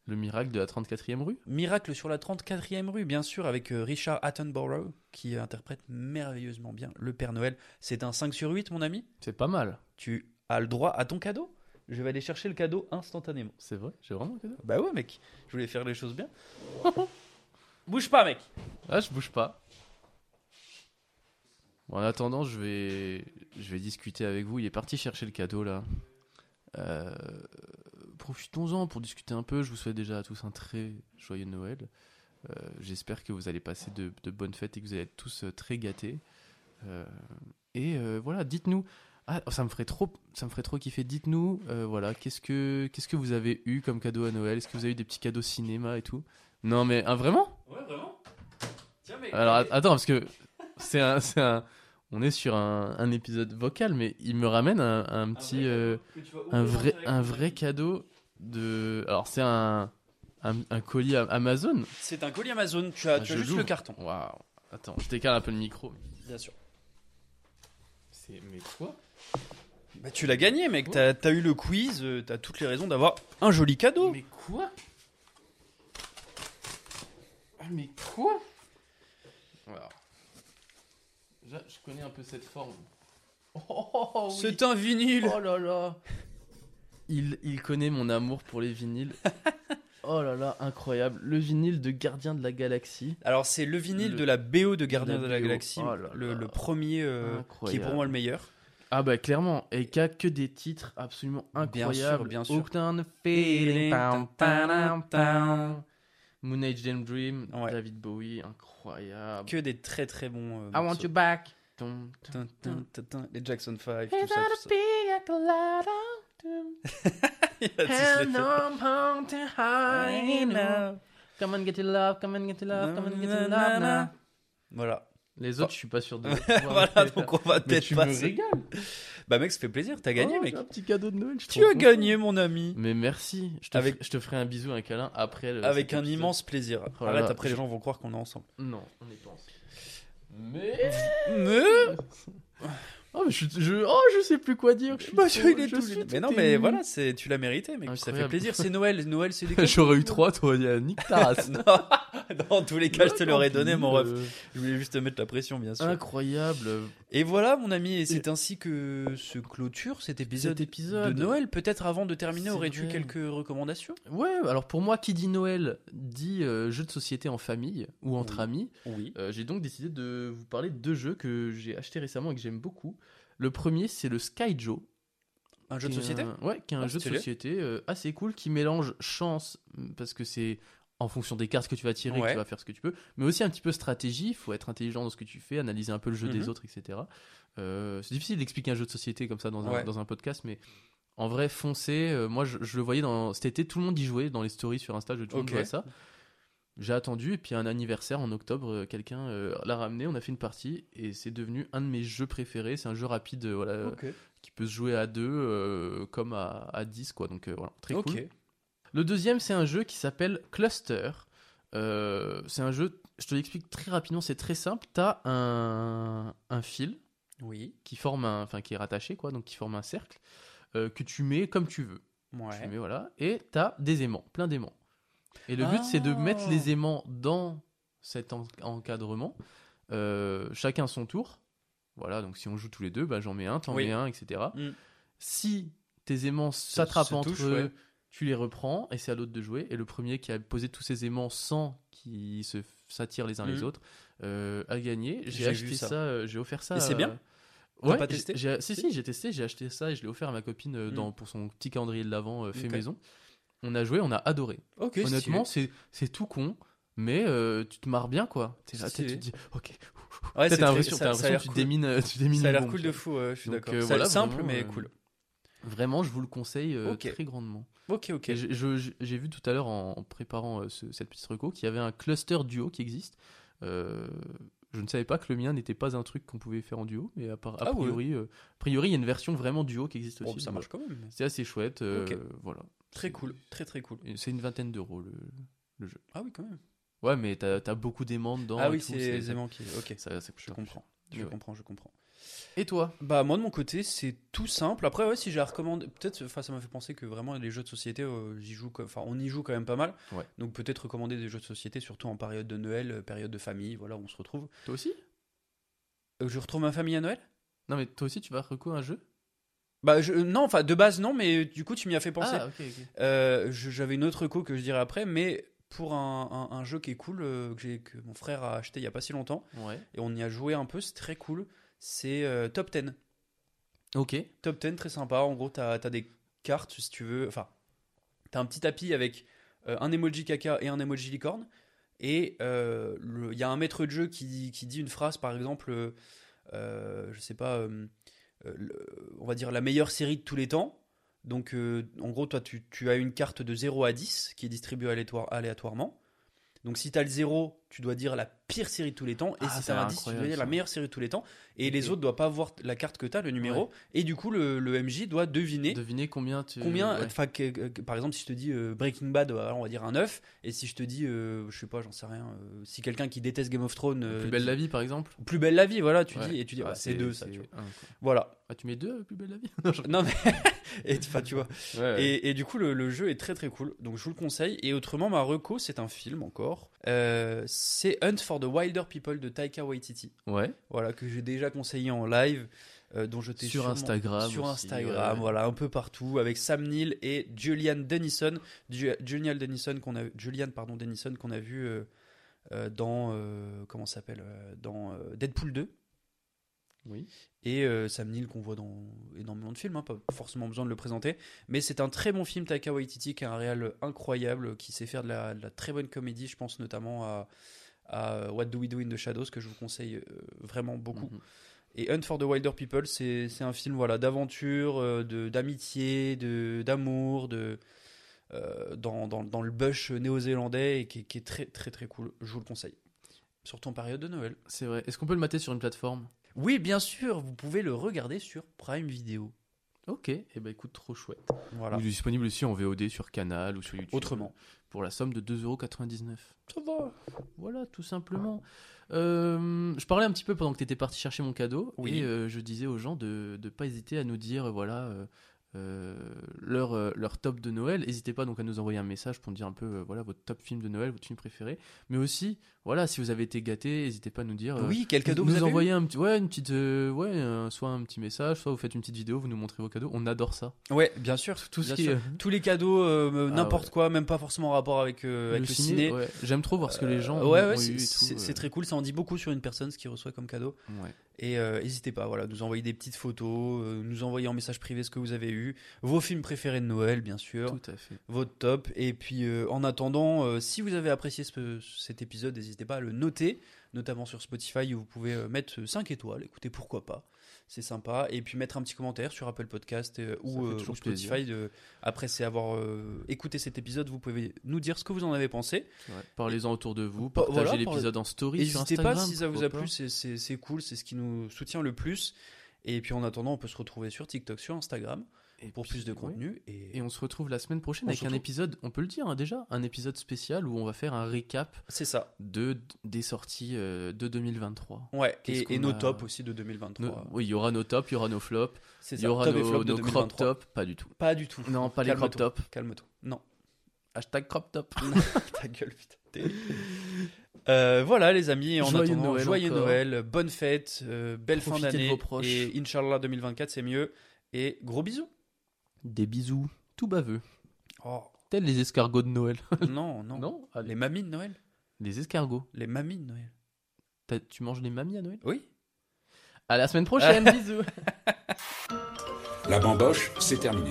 Speaker 5: le miracle de la 34e rue.
Speaker 6: Miracle sur la 34e rue, bien sûr, avec euh, Richard Attenborough, qui euh, interprète merveilleusement bien le Père Noël. C'est un 5 sur 8, mon ami.
Speaker 5: C'est pas mal.
Speaker 6: Tu as le droit à ton cadeau. Je vais aller chercher le cadeau instantanément.
Speaker 5: C'est vrai, j'ai vraiment un cadeau.
Speaker 6: Bah ouais, mec, je voulais faire les choses bien. *laughs* Bouge pas, mec
Speaker 5: Ah, je bouge pas. Bon, en attendant, je vais, je vais discuter avec vous. Il est parti chercher le cadeau là. Euh, Profitons-en pour discuter un peu. Je vous souhaite déjà à tous un très joyeux Noël. Euh, J'espère que vous allez passer de, de bonnes fêtes et que vous allez être tous euh, très gâtés. Euh, et euh, voilà, dites-nous. Ah, ça me ferait trop, ça me ferait trop kiffer. Dites-nous, euh, voilà, qu'est-ce que, qu'est-ce que vous avez eu comme cadeau à Noël Est-ce que vous avez eu des petits cadeaux cinéma et tout Non, mais ah, vraiment
Speaker 6: Ouais, vraiment Tiens, mec
Speaker 5: alors att- attends, parce que c'est un, c'est un- on est sur un, un épisode vocal, mais il me ramène un, un petit, euh, un vrai, un vrai cadeau de. Alors c'est un, un, un colis Am- Amazon.
Speaker 6: C'est un colis Amazon, tu as,
Speaker 5: Ah,
Speaker 6: tu
Speaker 5: je
Speaker 6: as juste
Speaker 5: l'ouvre.
Speaker 6: le carton.
Speaker 5: Waouh. Attends, je décale un peu le micro. mais
Speaker 6: Bien sûr.
Speaker 5: C'est mais quoi
Speaker 6: Bah, tu l'as gagné, mec. T'as as eu le quiz, euh, t'as toutes les raisons d'avoir un joli cadeau.
Speaker 5: Mais quoi Ah, Mais quoi Alors, déjà, je connais un peu cette forme. Oh, oh, oh, oui.
Speaker 6: C'est un vinyle
Speaker 5: Oh là là il, il connaît mon amour pour les vinyles. *laughs* oh là là, incroyable. Le vinyle de Gardien de la Galaxie.
Speaker 6: Alors, c'est le vinyle
Speaker 5: Le-
Speaker 6: de la BO de Gardien
Speaker 5: la
Speaker 6: de la
Speaker 5: BO.
Speaker 6: Galaxie,
Speaker 5: Oh là
Speaker 6: le,
Speaker 5: là.
Speaker 6: le premier euh, qui est pour
Speaker 5: Incroyable.
Speaker 6: moi le meilleur.
Speaker 5: Ah bah clairement, et qu'a que des titres absolument
Speaker 6: Bien sûr,
Speaker 5: incroyables.
Speaker 6: bien sûr.
Speaker 5: Aucun feeling, pam, pam, pam. Moon Age Dream Dream,
Speaker 6: Ouais.
Speaker 5: David Bowie, incroyable.
Speaker 6: Que des très très bons. euh,
Speaker 5: I want
Speaker 6: morceaux.
Speaker 5: you back. Tum, tum,
Speaker 6: Tin, tin, tin, tin, Les Jackson 5, tout ça,
Speaker 5: Hey, that'll
Speaker 6: tout ça.
Speaker 5: be a collada. Tum.
Speaker 6: Il *laughs* a tous les
Speaker 5: And
Speaker 6: faits.
Speaker 5: I'm haunted high now. Come and get your love, come and get your love, come and get your love now.
Speaker 6: Voilà.
Speaker 5: Les autres, je suis pas sûr
Speaker 6: *laughs*
Speaker 5: de.
Speaker 6: Oh. voilà, donc on va
Speaker 5: Mais
Speaker 6: peut-être
Speaker 5: tu me
Speaker 6: passer.
Speaker 5: régales.
Speaker 6: Bah, mec, ça fait plaisir, t'as gagné,
Speaker 5: Oh,
Speaker 6: mec.
Speaker 5: j'ai Un petit cadeau de Noël. je suis
Speaker 6: Tu
Speaker 5: trop
Speaker 6: as
Speaker 5: content.
Speaker 6: gagné, mon ami.
Speaker 5: Mais merci. Je te,
Speaker 6: Avec-
Speaker 5: ferai, je te ferai un bisou, un câlin après. le-
Speaker 6: Avec
Speaker 5: cet
Speaker 6: un
Speaker 5: épisode.
Speaker 6: immense plaisir.
Speaker 5: Oh là
Speaker 6: Arrête,
Speaker 5: là,
Speaker 6: après les
Speaker 5: je-
Speaker 6: gens vont croire qu'on
Speaker 5: *laughs*
Speaker 6: est ensemble.
Speaker 5: Non, on est pas ensemble. Mais.
Speaker 6: Mais
Speaker 5: Oh, mais je, je, oh, je sais plus quoi dire. je suis
Speaker 6: Bah,
Speaker 5: trop-
Speaker 6: il est
Speaker 5: je
Speaker 6: tout-
Speaker 5: suis
Speaker 6: Mais
Speaker 5: tout
Speaker 6: non, mais
Speaker 5: ému.
Speaker 6: voilà, c'est tu l'as mérité, mec. Ça fait
Speaker 5: Incroyable.
Speaker 6: plaisir. C'est Noël. Noël, c'est des cadeaux.
Speaker 5: *laughs* J'aurais eu 3, toi, il y a *laughs* nick ta race.
Speaker 6: *laughs* non, dans tous les cas, je te l'aurais donné, mon ref.
Speaker 5: Euh,
Speaker 6: Je voulais juste te mettre la pression, bien sûr.
Speaker 5: Incroyable. euh,
Speaker 6: Et voilà, mon ami, et c'est ainsi que se clôture cet épisode,
Speaker 5: Cet épisode.
Speaker 6: de Noël. Peut-être avant de terminer,
Speaker 5: C'est
Speaker 6: aurais-tu
Speaker 5: vrai.
Speaker 6: quelques recommandations
Speaker 5: Ouais, alors pour moi, qui dit Noël dit euh, jeu de société en famille ou entre
Speaker 6: Oui.
Speaker 5: amis.
Speaker 6: Oui.
Speaker 5: Euh, j'ai donc décidé de vous parler de deux jeux que j'ai achetés récemment et que j'aime beaucoup. Le premier, c'est le Sky Joe.
Speaker 6: Un jeu de
Speaker 5: qui est
Speaker 6: société
Speaker 5: un- Ouais, qui est un
Speaker 6: Ah,
Speaker 5: jeu de
Speaker 6: stylé.
Speaker 5: société euh, assez cool qui mélange chance, mm, parce que c'est en fonction des cartes que tu vas tirer, que
Speaker 6: Ouais.
Speaker 5: tu vas faire ce que tu peux, mais aussi un petit peu stratégie. Il faut être intelligent dans ce que tu fais, analyser un peu le jeu
Speaker 6: Mhm.
Speaker 5: des autres, etc. Euh, c'est difficile d'expliquer un jeu de société comme ça dans un,
Speaker 6: Ouais.
Speaker 5: dans un podcast, mais en vrai, foncez. Euh, moi, je, je le voyais dans, cet été, tout le monde y jouait dans les stories sur Insta, je- tout le monde
Speaker 6: Ok.
Speaker 5: jouait à ça. J'ai attendu, et puis à un anniversaire en octobre, euh, quelqu'un euh, l'a ramené, on a fait une partie, et c'est devenu un de mes jeux préférés. C'est un jeu rapide, euh, voilà,
Speaker 6: Ok.
Speaker 5: qui peut se jouer à deux euh, comme à, à 10 quoi donc euh, voilà très
Speaker 6: Ok.
Speaker 5: cool le deuxième c'est un jeu qui s'appelle Cluster Euh, c'est un jeu je te l'explique très rapidement c'est très simple t'as un un fil
Speaker 6: Oui.
Speaker 5: qui forme un enfin qui est rattaché quoi donc qui forme un cercle euh, que tu mets comme tu veux tu
Speaker 6: Ouais.
Speaker 5: mets voilà et t'as des aimants plein d'aimants et le but c'est de mettre
Speaker 6: Ah.
Speaker 5: les aimants dans cet en- encadrement euh, chacun son tour voilà donc si on joue tous les deux bah, j'en mets un t'en
Speaker 6: Oui.
Speaker 5: mets un etc
Speaker 6: Mm.
Speaker 5: si tes aimants s'attrapent
Speaker 6: se
Speaker 5: entre
Speaker 6: touchent,
Speaker 5: eux
Speaker 6: ouais.
Speaker 5: tu les reprends et c'est à l'autre de jouer et le premier qui a posé tous ses aimants sans qu'ils se s'attirent les uns les
Speaker 6: Mhm.
Speaker 5: autres euh, a gagné j'ai
Speaker 6: J'ai
Speaker 5: acheté
Speaker 6: vu
Speaker 5: ça,
Speaker 6: ça.
Speaker 5: euh, j'ai offert ça
Speaker 6: Et c'est
Speaker 5: euh,
Speaker 6: bien T'as
Speaker 5: Ouais,
Speaker 6: pas
Speaker 5: j'ai-
Speaker 6: testé
Speaker 5: j'ai- Si, si, j'ai testé, j'ai acheté ça et je l'ai offert à ma copine euh,
Speaker 6: Mm.
Speaker 5: dans, pour son petit calendrier de l'Avent euh, fait
Speaker 6: Ok.
Speaker 5: maison. On a joué, on a adoré.
Speaker 6: Ok,
Speaker 5: Honnêtement, c'est c'est tout con, mais euh, tu te marres bien, quoi. T'es là, t'es-
Speaker 6: Stylé.
Speaker 5: tu te dis, ok.
Speaker 6: Ouais,
Speaker 5: T'as
Speaker 6: c'est très-
Speaker 5: l'impression
Speaker 6: ça-
Speaker 5: t'as
Speaker 6: ça
Speaker 5: l'impression
Speaker 6: a l'air
Speaker 5: que tu
Speaker 6: cool.
Speaker 5: démines, euh, tu démines
Speaker 6: Ça a
Speaker 5: une
Speaker 6: l'air
Speaker 5: bombe,
Speaker 6: cool
Speaker 5: tu
Speaker 6: de
Speaker 5: vois.
Speaker 6: fou, ouais, je suis
Speaker 5: Donc,
Speaker 6: d'accord.
Speaker 5: euh,
Speaker 6: Ça a
Speaker 5: voilà,
Speaker 6: l'air simple,
Speaker 5: vraiment,
Speaker 6: mais
Speaker 5: euh,
Speaker 6: cool.
Speaker 5: Vraiment, je vous le conseille euh,
Speaker 6: Ok.
Speaker 5: très grandement.
Speaker 6: Ok, ok.
Speaker 5: Et je- je- je- J'ai vu tout à l'heure en en préparant euh, ce- cette petite reco qu'il y avait un cluster duo qui existe. Euh, je ne savais pas que le mien n'était pas un truc qu'on pouvait faire en duo, mais à part- a
Speaker 6: Ah ouais.
Speaker 5: priori, euh, a priori, il y a une version vraiment duo qui existe
Speaker 6: Bon,
Speaker 5: aussi.
Speaker 6: ça
Speaker 5: donc
Speaker 6: marche
Speaker 5: voilà.
Speaker 6: quand même.
Speaker 5: C'est assez chouette. euh,
Speaker 6: Ok.
Speaker 5: Voilà.
Speaker 6: Très cool, très très cool.
Speaker 5: Et C'est une vingtaine d'euros le, le jeu.
Speaker 6: Ah oui, quand même.
Speaker 5: Ouais, mais t'as as beaucoup d'aimants dedans.
Speaker 6: ah
Speaker 5: et
Speaker 6: oui,
Speaker 5: tout,
Speaker 6: c'est les aimants qui. Ok,
Speaker 5: Ça, ça coûte
Speaker 6: je
Speaker 5: un peu
Speaker 6: comprends.
Speaker 5: Mais
Speaker 6: Je
Speaker 5: ouais.
Speaker 6: comprends, je comprends.
Speaker 5: cher. Et toi
Speaker 6: Bah moi de mon côté c'est tout simple. Après ouais si j'ai recommandé peut-être enfin ça m'a fait penser que vraiment les jeux de société euh, j'y joue quoi- enfin on y joue quand même pas mal.
Speaker 5: Ouais.
Speaker 6: Donc peut-être recommander des jeux de société surtout en période de Noël, euh, période de famille, voilà, on se retrouve.
Speaker 5: Toi aussi
Speaker 6: Euh, je retrouve ma famille à Noël
Speaker 5: Non, mais toi aussi, tu vas recours un jeu
Speaker 6: Bah je- euh, non, enfin de base non mais du coup tu m'y as fait penser.
Speaker 5: Ah, ok, ok.
Speaker 6: Euh, je- j'avais une autre co que je dirai après mais pour un, un- un jeu qui est cool euh, que, j'ai- que mon frère a acheté il y a pas si longtemps
Speaker 5: Ouais.
Speaker 6: et on y a joué un peu, c'est très cool. C'est euh, Top 10.
Speaker 5: Ok.
Speaker 6: Top 10, très sympa. En gros, t'as as des cartes, si tu veux. Enfin, t'as un petit tapis avec euh, un emoji caca et un emoji licorne. Et euh, le- il y a un maître de jeu qui, dit- qui dit une phrase, par exemple, euh, euh, je sais pas, euh, euh, le- on va dire la meilleure série de tous les temps. Donc, euh, en gros, toi, tu, tu as une carte de 0 à 10 qui est distribuée aléatoire- aléatoirement. Donc, si t'as le 0, tu dois dire la pire série de tous les temps. Et
Speaker 5: Ah, ça a
Speaker 6: si t'as
Speaker 5: l'air
Speaker 6: un 10, tu dois
Speaker 5: incroyable,
Speaker 6: dire la
Speaker 5: ça.
Speaker 6: meilleure série de tous les temps. Et les
Speaker 5: Ok.
Speaker 6: autres doivent pas voir la carte que t'as, le numéro. Et du coup, le, le MJ doit deviner
Speaker 5: Devinez combien tu.
Speaker 6: combien.
Speaker 5: ouais.
Speaker 6: enfin, que- que- que- par exemple, si je te dis euh, Breaking Bad, euh, alors on va dire un 9. Et si je te dis, euh, je sais pas, j'en sais rien. euh, si quelqu'un qui déteste Game of Thrones.
Speaker 5: Plus
Speaker 6: euh,
Speaker 5: belle
Speaker 6: dit-
Speaker 5: la vie, par exemple
Speaker 6: Plus belle la vie, voilà, tu
Speaker 5: Ouais.
Speaker 6: dis. Et tu dis,
Speaker 5: Ah,
Speaker 6: bah, c'est deux, ça, tu vois.
Speaker 5: un, quoi.
Speaker 6: Voilà. *laughs*
Speaker 5: Ah, tu mets deux, euh, plus belle la vie
Speaker 6: Non, mais. *laughs* et, enfin, tu vois.
Speaker 5: Ouais, ouais.
Speaker 6: Et, et du coup, le, le jeu est très très cool. Donc, je vous le conseille. Et autrement, ma reco, c'est un film encore. Euh, c'est Hunt for the Wilder People de Taika Waititi.
Speaker 5: Ouais.
Speaker 6: voilà, que j'ai déjà conseillé en live, euh, dont je t'ai
Speaker 5: Sur
Speaker 6: sûrement-
Speaker 5: Instagram
Speaker 6: sur
Speaker 5: aussi,
Speaker 6: Instagram,
Speaker 5: ouais.
Speaker 6: voilà, un peu partout, avec Sam Neill et Julian Dennison, Ju- Julian Dennison qu'on a, Julian pardon Dennison qu'on a vu euh, euh, dans euh, comment ça s'appelle euh, dans euh, Deadpool 2
Speaker 5: Oui.
Speaker 6: et euh, Sam Neill qu'on voit dans énormément de films, hein, pas forcément besoin de le présenter, mais c'est un très bon film Taika Waititi qui a un réal incroyable, qui sait faire de la, de la très bonne comédie, je pense notamment à, à euh, What Do We Do in the Shadows que je vous conseille euh, vraiment beaucoup.
Speaker 5: Mhm.
Speaker 6: Et Hunt for the Wilder People, c'est c'est un film voilà d'aventure, euh, de- d'amitié, de- d'amour, de, euh, dans, dans- dans le bush néo-zélandais et qui, est- qui est très très très cool. Je vous le conseille. Surtout en période de Noël.
Speaker 5: C'est vrai. Est-ce qu'on peut le mater sur une plateforme
Speaker 6: Oui, bien sûr, vous pouvez le regarder sur Prime Video.
Speaker 5: Ok. Et eh ben écoute, trop chouette.
Speaker 6: Voilà.
Speaker 5: Ou disponible aussi en VOD sur Canal ou sur YouTube.
Speaker 6: Autrement.
Speaker 5: Pour la somme de 2,99€.
Speaker 6: Ça va.
Speaker 5: Voilà, tout simplement. Euh, je parlais un petit peu pendant que tu étais parti chercher mon cadeau.
Speaker 6: Oui.
Speaker 5: Et euh, je disais aux gens de ne pas hésiter à nous dire, euh, voilà. euh, euh, leur, euh, leur top de Noël. N'hésitez pas donc à nous envoyer un message pour nous dire un peu euh, voilà votre top film de Noël, votre film préféré. Mais aussi, voilà, si vous avez été gâté, n'hésitez pas à nous dire euh,
Speaker 6: Oui, quel cadeau
Speaker 5: nous
Speaker 6: vous avez eu
Speaker 5: envoyez un petit, ouais, une petite, euh, ouais, un- soit un petit message, soit vous faites une petite vidéo, vous nous montrez vos cadeaux. On adore ça.
Speaker 6: Ouais, bien sûr.
Speaker 5: tout ce
Speaker 6: bien
Speaker 5: qui
Speaker 6: sûr.
Speaker 5: est-
Speaker 6: Tous les cadeaux, euh, euh,
Speaker 5: Ah
Speaker 6: n'importe
Speaker 5: ouais.
Speaker 6: quoi, même pas forcément en rapport avec, euh, avec le, ciné.
Speaker 5: ouais. J'aime trop voir ce que les gens
Speaker 6: Euh,
Speaker 5: ont-
Speaker 6: ouais,
Speaker 5: ont
Speaker 6: ouais,
Speaker 5: eu
Speaker 6: c'est-
Speaker 5: et tout,
Speaker 6: c'est
Speaker 5: euh.
Speaker 6: c'est très cool. Ça en dit beaucoup sur une personne ce qu'il reçoit comme cadeau.
Speaker 5: Ouais.
Speaker 6: Et euh, n'hésitez pas, voilà, nous envoyer des petites photos, euh, nous envoyer en message privé ce que vous avez eu, vos films préférés de Noël, bien sûr,
Speaker 5: Tout à fait.
Speaker 6: votre top. Et puis, euh, en attendant, euh, si vous avez apprécié ce- cet épisode, n'hésitez pas à le noter, notamment sur Spotify où vous pouvez euh, mettre 5 étoiles. Écoutez, pourquoi pas C'est sympa. Et puis, mettre un petit commentaire sur Apple Podcast euh, ou,
Speaker 5: fait
Speaker 6: euh,
Speaker 5: toujours
Speaker 6: ou Spotify. de- après, c'est avoir euh, écouté cet épisode, vous pouvez nous dire ce que vous en avez pensé.
Speaker 5: Ouais. Parlez-en autour de vous,
Speaker 6: Bah,
Speaker 5: partagez
Speaker 6: voilà, parlez-
Speaker 5: l'épisode en story sur
Speaker 6: N'hésitez
Speaker 5: Instagram.
Speaker 6: pas si ça vous
Speaker 5: pourquoi
Speaker 6: a
Speaker 5: pas.
Speaker 6: plu, c'est- c'est c'est cool, c'est ce qui nous soutient le plus. Et puis en attendant, on peut se retrouver sur TikTok, sur Instagram
Speaker 5: Et
Speaker 6: pour
Speaker 5: puis,
Speaker 6: plus de
Speaker 5: ouais.
Speaker 6: contenu. Et,
Speaker 5: Et on se retrouve la semaine prochaine
Speaker 6: On
Speaker 5: avec
Speaker 6: se
Speaker 5: un
Speaker 6: retrouve-
Speaker 5: épisode, on peut le dire hein, déjà, un épisode spécial où on va faire un récap
Speaker 6: c'est ça.
Speaker 5: de des sorties euh, de 2023.
Speaker 6: Ouais.
Speaker 5: Qu'est-ce
Speaker 6: Et, et
Speaker 5: qu'on
Speaker 6: nos
Speaker 5: a-
Speaker 6: tops aussi de 2023.
Speaker 5: Nos- oui, il y aura nos tops, il y aura nos flops,
Speaker 6: C'est
Speaker 5: il
Speaker 6: ça.
Speaker 5: y aura
Speaker 6: top et
Speaker 5: nos,
Speaker 6: flop de
Speaker 5: nos crop
Speaker 6: 2023.
Speaker 5: tops, pas du
Speaker 6: *laughs*
Speaker 5: tout.
Speaker 6: Pas du tout.
Speaker 5: Non, pas les crop
Speaker 6: Calme-toi.
Speaker 5: tops.
Speaker 6: Calme-toi. Non. *laughs*
Speaker 5: Hashtag crop top.
Speaker 6: Ta gueule, putain. T'es- Euh, voilà les amis, en
Speaker 5: Joyeux
Speaker 6: attendant,
Speaker 5: Noël
Speaker 6: joyeux
Speaker 5: encore.
Speaker 6: Noël, bonne fête, euh, belle
Speaker 5: Profitez
Speaker 6: fin
Speaker 5: de
Speaker 6: d'année.
Speaker 5: vos proches.
Speaker 6: Et Inch'Allah 2024 c'est mieux. Et gros bisous.
Speaker 5: Des bisous, tout baveux, *laughs*
Speaker 6: Oh
Speaker 5: tels les escargots de Noël. *laughs*
Speaker 6: non, non.
Speaker 5: Non, allez.
Speaker 6: Les mamies de Noël.
Speaker 5: Les escargots.
Speaker 6: Les mamies de Noël.
Speaker 5: T'as- Tu manges les mamies à Noël
Speaker 6: Oui.
Speaker 5: À la semaine
Speaker 6: *laughs*
Speaker 5: prochaine, bisous.
Speaker 3: La bamboche, c'est terminé.